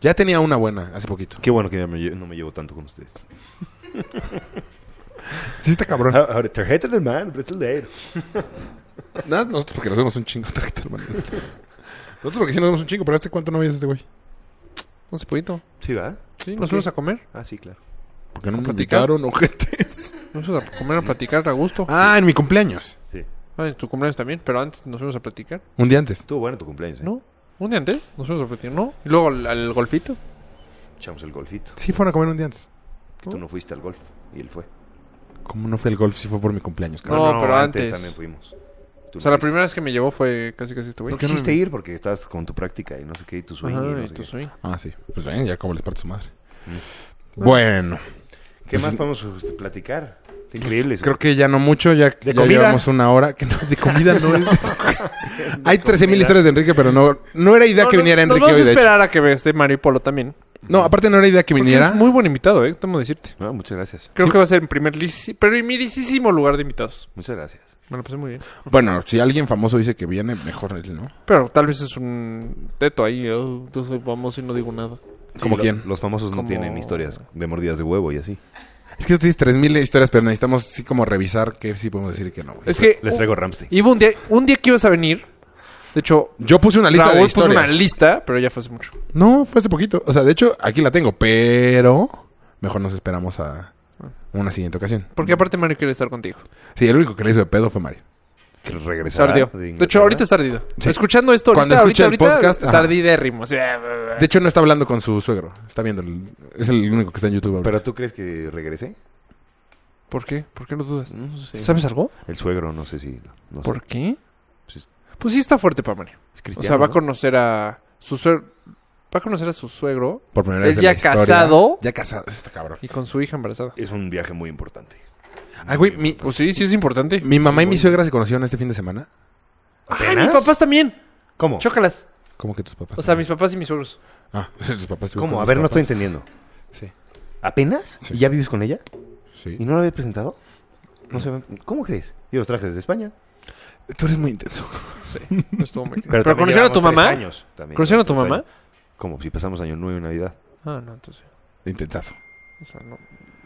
Ya tenía una buena hace poquito.
Qué bueno que ya me lle- no me llevo tanto con ustedes.
Sí, está cabrón.
Ah, Ahora, tarjeta de hermano, brasileiro.
Nada, nosotros porque nos vemos un chingo, tarjeta, hermano. Nosotros porque sí nos vemos un chingo, pero este cuánto no veías este güey.
No se poquito.
Sí, ¿verdad?
Sí,
¿Por
nos
qué?
fuimos a comer.
Ah, sí, claro.
Porque no
¿A
me
platicar?
invitaron, ojetes.
Nos fuimos a comer, a platicar a gusto.
Ah, en mi cumpleaños.
Sí.
Ah, en tu cumpleaños también, pero antes nos fuimos a platicar.
Un día antes.
Estuvo bueno tu cumpleaños, ¿eh?
¿No? ¿Un día antes? Nos fuimos a platicar, ¿no? Y luego al, al golfito.
Echamos el golfito.
Sí, fueron a comer un día antes.
Que tú no fuiste al golf. Y él fue.
¿Cómo no fue el golf si fue por mi cumpleaños, cabrón?
No, pero antes.
Ah, también fuimos. Tú
O sea, la
no fuiste.
primera vez que me llevó fue casi casi este güey.
No quisiste ir porque estabas con tu práctica y no sé qué, y tu swing.
Ajá,
y no
y
sé
tu
qué.
swing.
Ah, sí. Pues ven, ya como les parte su madre. Mm. Bueno,
¿Qué
Pues,
más podemos uh, platicar? Está increíble. eso.
creo que ya no mucho, ya, ya
comida?
llevamos una hora. Que no, de comida no es. Hay 13.000 historias de Enrique, pero no, no era idea
No,
que
no,
viniera
nos
Enrique hoy,
vamos a
de hecho.
esperar a que esté Mario y Polo también.
No, aparte no era idea que
Porque
viniera.
Es muy buen invitado, ¿eh? Tengo que decirte.
No, muchas gracias.
Creo que va a ser en primer lisi- primerísimo lugar de invitados.
Muchas gracias.
Me lo pasé muy bien.
Bueno, si alguien famoso dice que viene, mejor él, ¿no?
Pero tal vez es un teto ahí. oh, entonces vamos y no digo nada.
¿Como
lo-
quién?
Los famosos no
Como-
tienen historias de mordidas de huevo y así.
Es que tú tienes 3000 historias, pero necesitamos sí como revisar que sí podemos decir y que no. güey.
Es que
Les traigo Ramstein.
iba un día, un día que ibas a venir. De hecho,
Yo puse una lista
Raúl
de
puso
historias.
una lista, pero ya fue hace mucho.
no, fue hace poquito. O sea, de hecho, aquí la tengo, pero mejor nos esperamos a una siguiente ocasión.
Porque aparte Mario quiere estar contigo.
Sí, el único que le hizo de pedo fue Mario.
Que regresará
Tardió.
de
De, hecho,
Inglaterra.
ahorita es tardido.
Sí.
Escuchando esto
Cuando
ahorita,
escuche el
ahorita, ahorita,
podcast, ajá.
tardidérrimo. Sí.
De hecho, no está hablando con su suegro. Está viendo. el- es el único que está en YouTube. ahorita.
¿Pero tú crees que regresé?
¿Por qué? ¿Por qué no dudas?
No sé.
¿Sabes algo?
El suegro, no sé si... No sé.
¿Por qué?
Pues,
Pues sí está fuerte para Mario.
es
O
cristiano,
sea, va a
¿no?
conocer a su suegro. Va a conocer a su suegro
Por primera
él
vez en
ya
la historia.
casado.
Ya casado. Eso está cabrón.
y con su hija embarazada.
Es un viaje muy importante.
Ay, güey, mi,
Pues sí, sí es importante.
mi mamá y mi suegra se conocieron este fin de semana.
Ay,
¿Apenas? Oh.
mis papás también.
¿Cómo?
Chócalas.
¿Cómo que tus papás?
O sea, mis papás y mis suegros.
Ah, tus papás. estuvieron
¿Cómo?
con
A ver,
tus
no estoy
papás.
entendiendo.
Sí,
¿Apenas?
Sí.
¿Y ya vives con ella?
sí.
¿Y no la habías presentado? No sé, ¿cómo crees? Yo los traje desde España.
Tú eres muy intenso.
No estuvo muy claro.
Pero,
Pero,
también
conocieron a tu
llevamos tres
mamá.
años también,
¿Conocieron a tu
tres
mamá?
años. Como si pasamos año nuevo y Navidad.
Ah, no, entonces.
Intensazo.
O sea, no.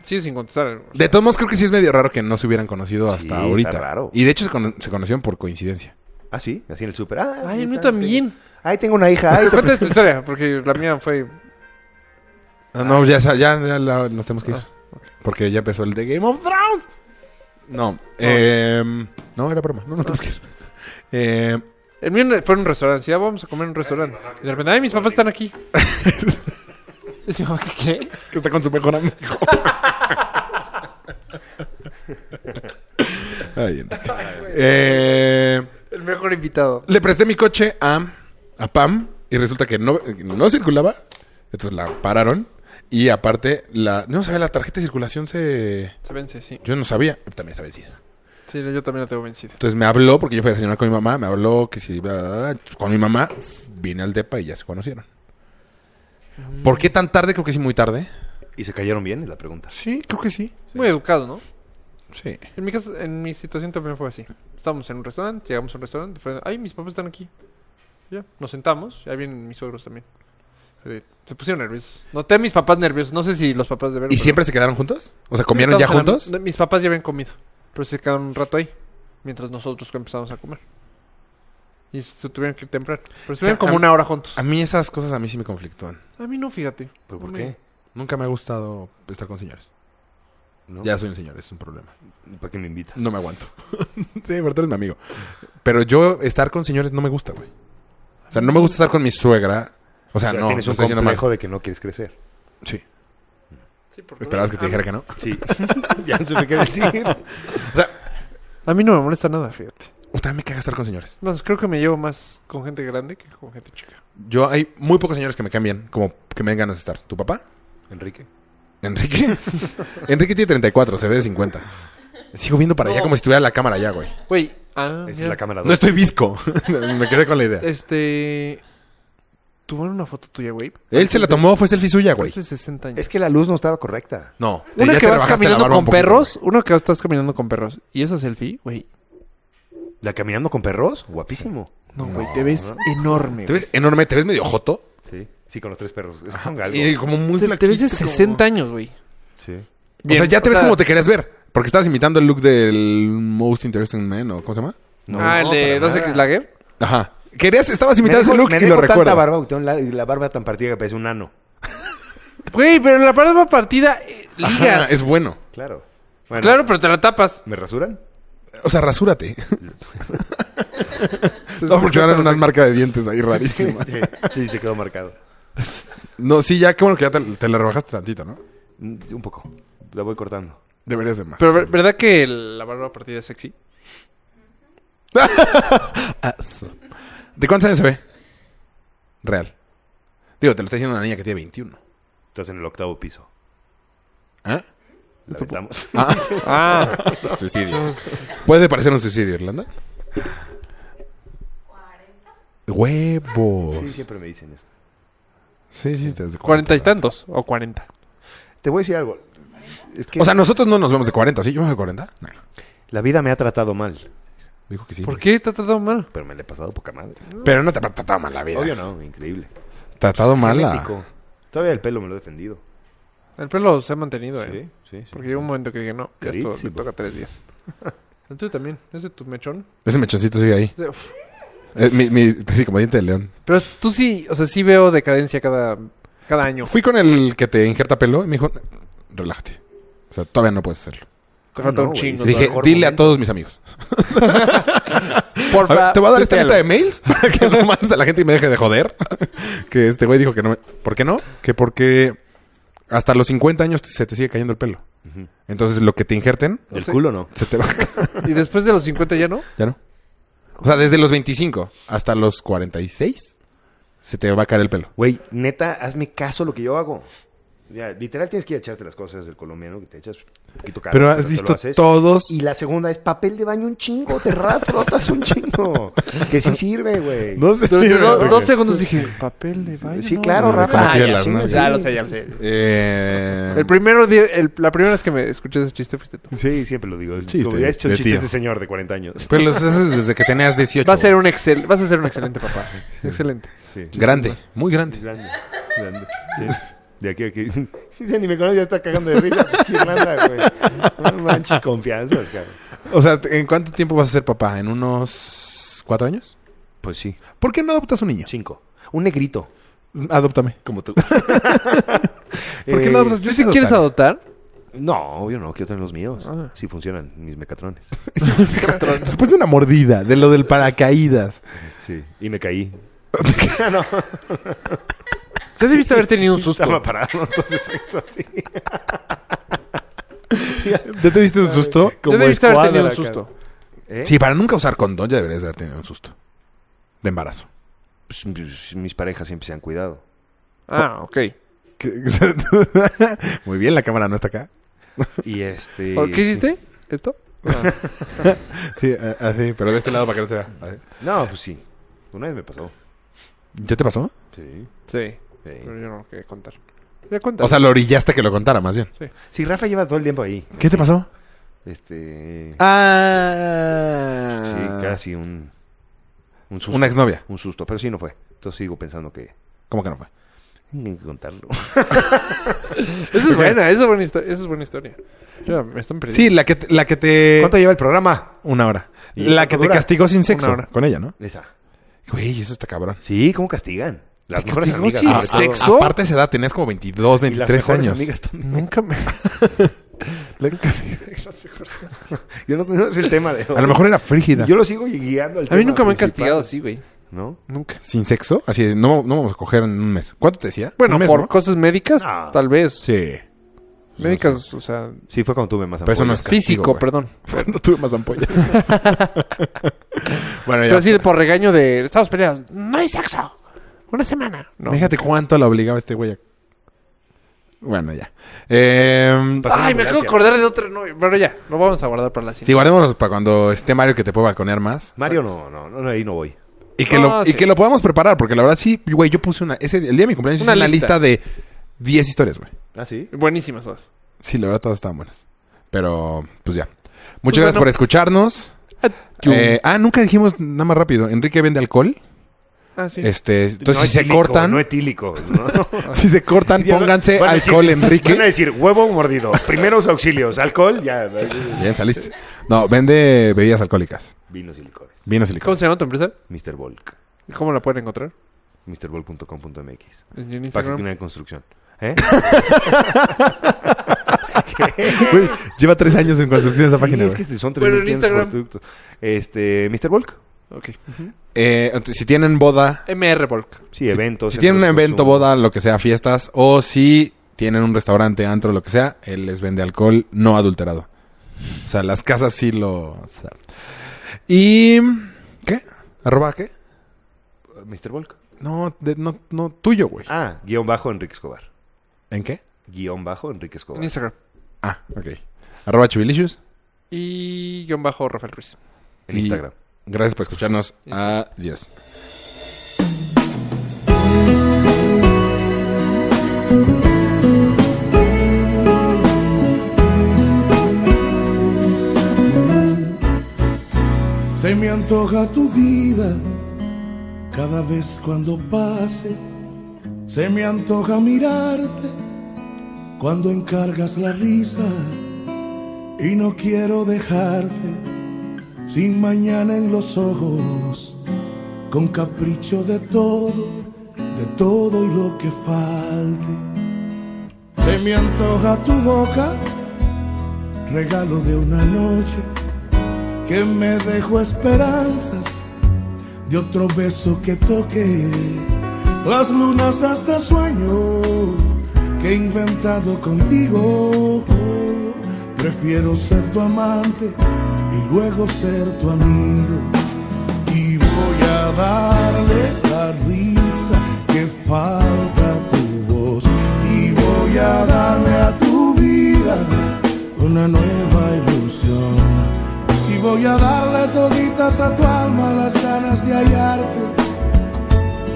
Sigue sin contestar. o sea,
De todos modos, creo que sí es medio raro que no se hubieran conocido
Sí,
hasta
está
ahorita.
raro.
Y de hecho se, cono- se conocieron por coincidencia.
Ah, sí, así en el súper. Ah,
Ay, no
ahorita-
también.
Ay, tengo una hija. Ay,
Cuéntame tu historia, porque la mía fue.
Ah, No, no, ya, sa- ya, ya la- nos tenemos que ir.
Ah,
Porque ya empezó el de Game of Thrones. No, em, no, era broma. No, no tenemos que ir. Eh,
El mío fue en un restaurante. Ya vamos a comer en un restaurante. Y de repente, ay, mis papás están aquí. Y dice, "Mamá, ¿qué? qué?".
que está con su mejor amigo. Ay, Enrique. Eh,
El mejor invitado.
le presté mi coche a, a Pam y resulta que no, no circulaba. Entonces la pararon. Y aparte, la, no sabía, la tarjeta de circulación se...
Se vence, sí.
Yo no sabía. También estaba vencida.
Sí, yo también la tengo vencida.
Entonces me habló, porque yo fui a desayunar con mi mamá, me habló que si... bla, bla, bla, bla. Con mi mamá vine al DEPA y ya se conocieron. ¿Por qué tan tarde? Creo que sí, muy tarde.
¿Y se cayeron bien? Es la pregunta.
Sí, creo que sí.
Muy educado, ¿no?
Sí.
En mi caso, en mi situación también fue así. Estábamos en un restaurante, llegamos a un restaurante, fue, ay, mis papás están aquí. Ya, nos sentamos, ya vienen mis suegros también. Eh, Se pusieron nerviosos. Noté a mis papás nerviosos, no sé si los papás de ver.
¿Y siempre se quedaron juntos? O sea, ¿comieron ya juntos?
mis papás ya habían comido, pero se quedaron un rato ahí, mientras nosotros empezamos a comer. Y se tuvieron que ir temprano. Pero estuvieron como
a-
una hora juntos.
A mí esas cosas a mí sí me conflictúan.
A mí no, fíjate.
¿Pero
No
por
me-
qué?
Nunca me ha gustado estar con señores.
¿No?
Ya soy un señor, es un problema.
¿Para qué me invitas?
No me aguanto. sí, pero tú eres mi amigo. Pero yo estar con señores no me gusta, güey. O sea, no me gusta estar con mi suegra. O sea,
O sea,
no,
tienes
lo
un
estoy diciendo mal.
complejo de que no quieres crecer.
Sí.
Sí, porque-
Esperabas que te
a-
dijera que no.
Sí. ya no supe qué decir.
O sea,
A mí no me molesta nada, fíjate.
puta, me caga estar con señores.
Más, creo que me llevo más con gente grande que con gente chica.
Yo hay muy pocos señores que me cambian, como que me den ganas de estar. ¿Tu papá?
Enrique.
Enrique. Enrique tiene 34, se ve de 50. Sigo viendo para allá como si tuviera la cámara allá, güey.
Güey, ah,
Esa
mira.
es la cámara
No
2.
estoy visco. me quedé con la idea.
Este. Tuvieron una foto tuya, güey.
Él se la tomó, fue selfie suya, Eh, güey.
Hace 60 años.
Es que la luz no estaba correcta.
No. te-
Una
ya
que
te
vas
rebajaste la
caminando
barba
con
un poquito,
perros. Una que estás caminando con perros. Y esa selfie, güey.
¿La caminando con perros? Guapísimo.
No, güey. te ves enorme.
güey. Te ves enorme, te ves medio joto.
Sí. Sí, con los tres perros. Es un galgo.
Y como muy
güey. Te- te, ves de
flaquito, como-
60 años, güey.
Sí.
O sea,
Bien,
ya te
o
ves
sea-
como te querías ver. Porque estabas imitando el look del Most Interesting Man, ¿o cómo se llama?
No,
ah, el de
para
2X
nada.
Lager.
Ajá. Querías, estabas
Me
imitando
dejo-
ese look
me
y lo
dejo tanta
recuerdo.
barba, porque tengo la, la barba tan partida que parece un nano.
Güey, pero en la barba partida, eh,
Ajá,
ligas.
es bueno.
Claro. Bueno,
Claro, pero te la tapas.
¿Me rasuran?
O sea, rasúrate. No, porque van a dar una marca de dientes ahí
Sí,
rarísima.
sí, se quedó marcado.
No, sí, ya, qué bueno que ya te, te la rebajaste tantito, ¿no?
Mm, Un poco. La voy cortando.
Deberías ser más.
Pero ver- ¿verdad que el- la barba partida es sexy?
¿De cuántos años se ve? Real. Digo, te lo está diciendo una niña que tiene 21.
Estás en el octavo piso.
¿Ah?
La aventamos.
Ah,
Ah.
suicidio. Puede parecer un suicidio, Irlanda.
Sí,
Huevos.
siempre me dicen eso.
Sí, sí, desde
Cuarenta y tantos. O cuarenta.
Te voy a decir algo. Es que
O sea, nosotros no nos vemos de 40, ¿sí? ¿Yo me veo de 40? No.
la vida me ha tratado mal,
Dijo que sí.
¿Por qué te ha tratado mal?
pero me la he pasado poca madre.
Pero no te ha tratado mal la vida.
Obvio no, increíble.
Tratado mal la...
Genético. Todavía el pelo me lo he defendido.
El pelo se ha mantenido, eh.
Sí, sí, sí.
Porque llegó un momento que dije, no, ya esto me
Carísimo.
toca tres días. El tuyo también, ese tu mechón.
Ese mechoncito sigue ahí.
Uf.
Eh, mi, mi, sí, como diente de león.
Pero tú sí, o sea, sí veo decadencia cada, cada año.
Fui con el que te injerta pelo y me dijo, relájate. O sea, todavía no puedes hacerlo.
Te
¿Cómo
falta un
no, güey?
chingo.
Sí,
Dije,
mejor
dile a
momento.
todos mis amigos.
Por
A ver, te voy a dar esta lista de mails para que no mandes a la gente y me deje de joder. que este güey dijo que no. me- ¿Por qué no? Que porque hasta los 50 años te- se te sigue cayendo el pelo.
Ujú.
Entonces lo que te injerten
El
Sí.
culo no.
se te va.
Y después de los 50 ya no.
ya no. O sea, desde los 25 hasta los 46 se te va a caer el pelo.
Güey, neta, hazme caso a lo que yo hago. Ya, literal tienes que ir a echarte las cosas del colombiano que te echas un poquito caro,
Pero has
te lo
visto
haces.
todos.
Y la segunda es papel de baño un chingo, te ras- frotas un chingo. Que sí sirve, güey.
No sé.
Durante do-
güey.
dos segundos dije, papel de baño.
sí,
no,
claro,
güey.
Rafa.
Rafa.
Como tienes las
chinga,
manos.
sí.
Ya lo sé, ya lo sé.
Eh,
El primero di- el- la primera vez que me escuché ese chiste fuiste tú.
Sí, siempre lo digo.
Chiste,
Como ya he hecho
de
chistes
tío.
de señor de 40 años.
Pero pues, los haces desde que tenías 18.
Vas a ser
güey.
un excel, vas a ser un excelente papá. Excelente.
Sí.
Grande, muy grande.
Grande, grande. Sí. De aquí a aquí. Ya ni me conoce, ya está cagando de risa. Chirlanda, güey. No manches confianzas, cabrón.
O sea, ¿en cuánto tiempo vas a ser papá? ¿En unos cuatro años?
Pues sí.
¿Por qué no adoptas un niño?
Cinco. Un negrito.
Adóptame.
Como tú.
¿Por qué
Eh,
no adoptas?
¿Tú sí quieres
adoptar.
adoptar?
No, yo no, quiero tener los míos.
Ah.
Sí funcionan mis mecatrones.
Después de una mordida, de lo del paracaídas.
Sí. Y me caí.
Ya debiste haber tenido un
Estaba
susto.
parado, entonces hecho así.
¿Ya tuviste un susto?
Ya debiste haber tenido un
escuadra,
susto.
¿Eh?
Sí, para nunca usar condón ya deberías de haber tenido un susto. De embarazo.
Pues, pues, mis parejas siempre se han cuidado.
Ah, ok.
Muy bien, la cámara no está acá.
Y este.
¿O- ¿Qué hiciste? ¿Esto?
Sí, eh, así, pero de este lado para que no se vea. Así.
No, pues sí. Una vez me pasó.
¿Ya te pasó?
Sí.
Sí.
sí.
Pero yo no lo quería contar. Ya cuenta.
O sea, lo orillaste a que lo contara, más bien.
Sí, Rafa lleva todo el tiempo ahí.
¿Qué te pasó?
Este.
Ah.
Sí, casi un. Un susto.
Una exnovia.
Un susto, pero sí no fue. Entonces sigo pensando que.
¿Cómo que no fue?
Tengo que contarlo.
esa es buena, esa es buena, histo- esa es buena historia. Ya, me están perdiendo.
Sí, la que, te- la que te...
¿Cuánto lleva el programa?
Una hora.
¿Y
La
cuánto
que te
dura?
castigó sin sexo.
Una hora.
Con ella, ¿no?
Esa.
Güey, eso está cabrón.
Sí, ¿cómo castigan? Las mejores
castigó
amigas.
sin
sobre todo.
sexo?
A- Aparte de esa edad, tenías como 22,
Y las
23
mejores
años.
amigas también.
Nunca me...
Yo no, no es el tema de.
A lo mejor era frígida.
Yo lo sigo guiando al
A
tema
mí nunca me han
principal.
castigado así, güey.
¿No?
Nunca.
¿Sin sexo? Así, de, no, no vamos a coger en un mes. ¿Cuánto te decía?
Bueno,
¿Un mes,
por
¿no?
cosas médicas,
Ah.
tal vez.
Sí.
Médicas, o sea,
Sí, fue cuando tuve más
Pero eso no es castigo,
físico,
güey.
perdón.
Cuando tuve más ampollas. bueno,
Pero
ya.
así por regaño de... Estamos peleados. No hay sexo. Una semana. No.
Fíjate cuánto la obligaba este güey. a- Bueno, ya. Eh,
Pasó una
Ay, me acabo de
ambulancia.
acordar de otra novia. Pero ya, lo vamos a guardar para la
sí,
siguiente.
guardémonos para cuando esté Mario que te pueda balconear más.
Mario, no, no, no, no, ahí no voy.
Y que,
No,
lo, y
sí.
que lo podamos preparar, porque la verdad sí, güey, yo puse una... Ese, el día de mi cumpleaños
Una
hice una lista
lista.
de 10 historias, güey.
¿Ah, sí?
Buenísimas todas.
Sí, la verdad todas estaban buenas. Pero, pues ya. Muchas
Pues
gracias
bueno.
por escucharnos. Eh, ah, nunca dijimos nada más rápido. Enrique vende alcohol.
ah, sí.
Este, entonces,
No
si se
etílico,
cortan,
No etílico. ¿no?
si se cortan, pónganse
Van a decir-
alcohol,
Van a
Enrique.
decir huevo mordido, primeros auxilios, alcohol, ya.
Bien, saliste. No, vende bebidas alcohólicas.
Vinos y licores.
Vinos y
¿Cómo
licores.
se llama tu empresa?
Mr. Volk.
¿Y ¿Cómo la pueden encontrar?
MrVolk.com.mx.
En en Instagram.
Página de construcción. ¿Eh?
Güey, lleva tres años en construcción esa página,
Sí, es
güey.
que este son tres
Bueno, en Instagram.
productos. Este, Mr. Volk.
Ok.
Eh, entonces, si tienen boda,
MR Volk.
Sí, eventos.
si tienen un
centros de
evento,
consumo.
boda, lo que sea, fiestas, o si tienen un restaurante, antro, lo que sea, él les vende alcohol no adulterado. O sea, las casas sí lo... o sea. Y... ¿Qué? ¿Arroba qué?
Mr. Volk.
No, de- no, no, tuyo, güey.
Ah, guión bajo Enrique Escobar.
¿En qué?
Guión bajo Enrique
En
Escobar.
Instagram.
Ah, ok. Arroba Chubilicious.
Y guión bajo Rafael Ruiz.
En
Y
Instagram.
Gracias por escucharnos. Adiós.
Se me antoja tu vida cada vez cuando pases. Se me antoja mirarte cuando encargas la risa. Y no quiero dejarte sin mañana en los ojos, con capricho de todo, de todo y lo que falte. Se me antoja tu boca, regalo de una noche que me dejó esperanzas de otro beso que toque las lunas de este sueño que he inventado contigo. Prefiero ser tu amante y luego ser tu amigo. Y voy a darle la risa que falta a tu voz. Y voy a quitas a tu alma las ganas de hallarte,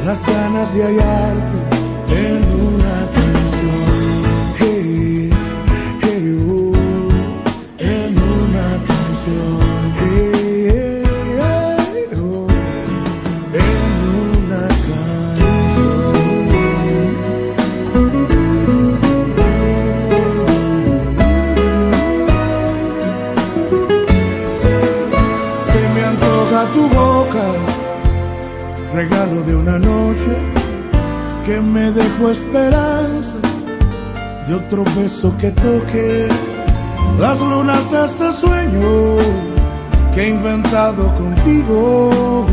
las ganas de hallarte en una canción. Hey, hey, oh, en una canción. Hey, hey, hey, oh, en una canción. Se me antoja tu boca, regalo de una noche que me dejó esperanzas de otro beso que toque las lunas de este sueño que he inventado contigo.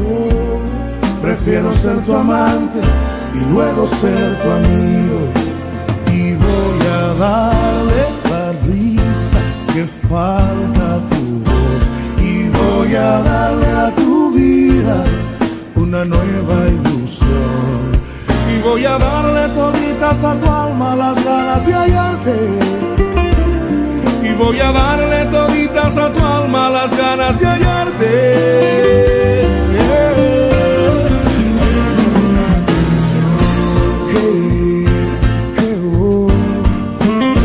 Prefiero ser tu amante y luego ser tu amigo y voy a darle la risa que falta a tu voz y voy a darle a tu vida una nueva ilusión y voy a darle toditas a tu alma las ganas de hallarte y voy a darle toditas a tu alma las ganas de hallarte Hey, hey, oh. Mm,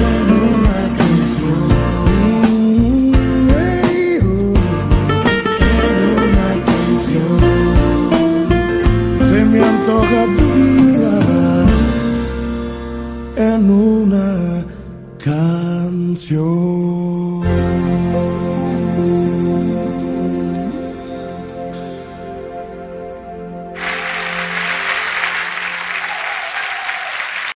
hey, oh. Se me antoja tu vida en una canción.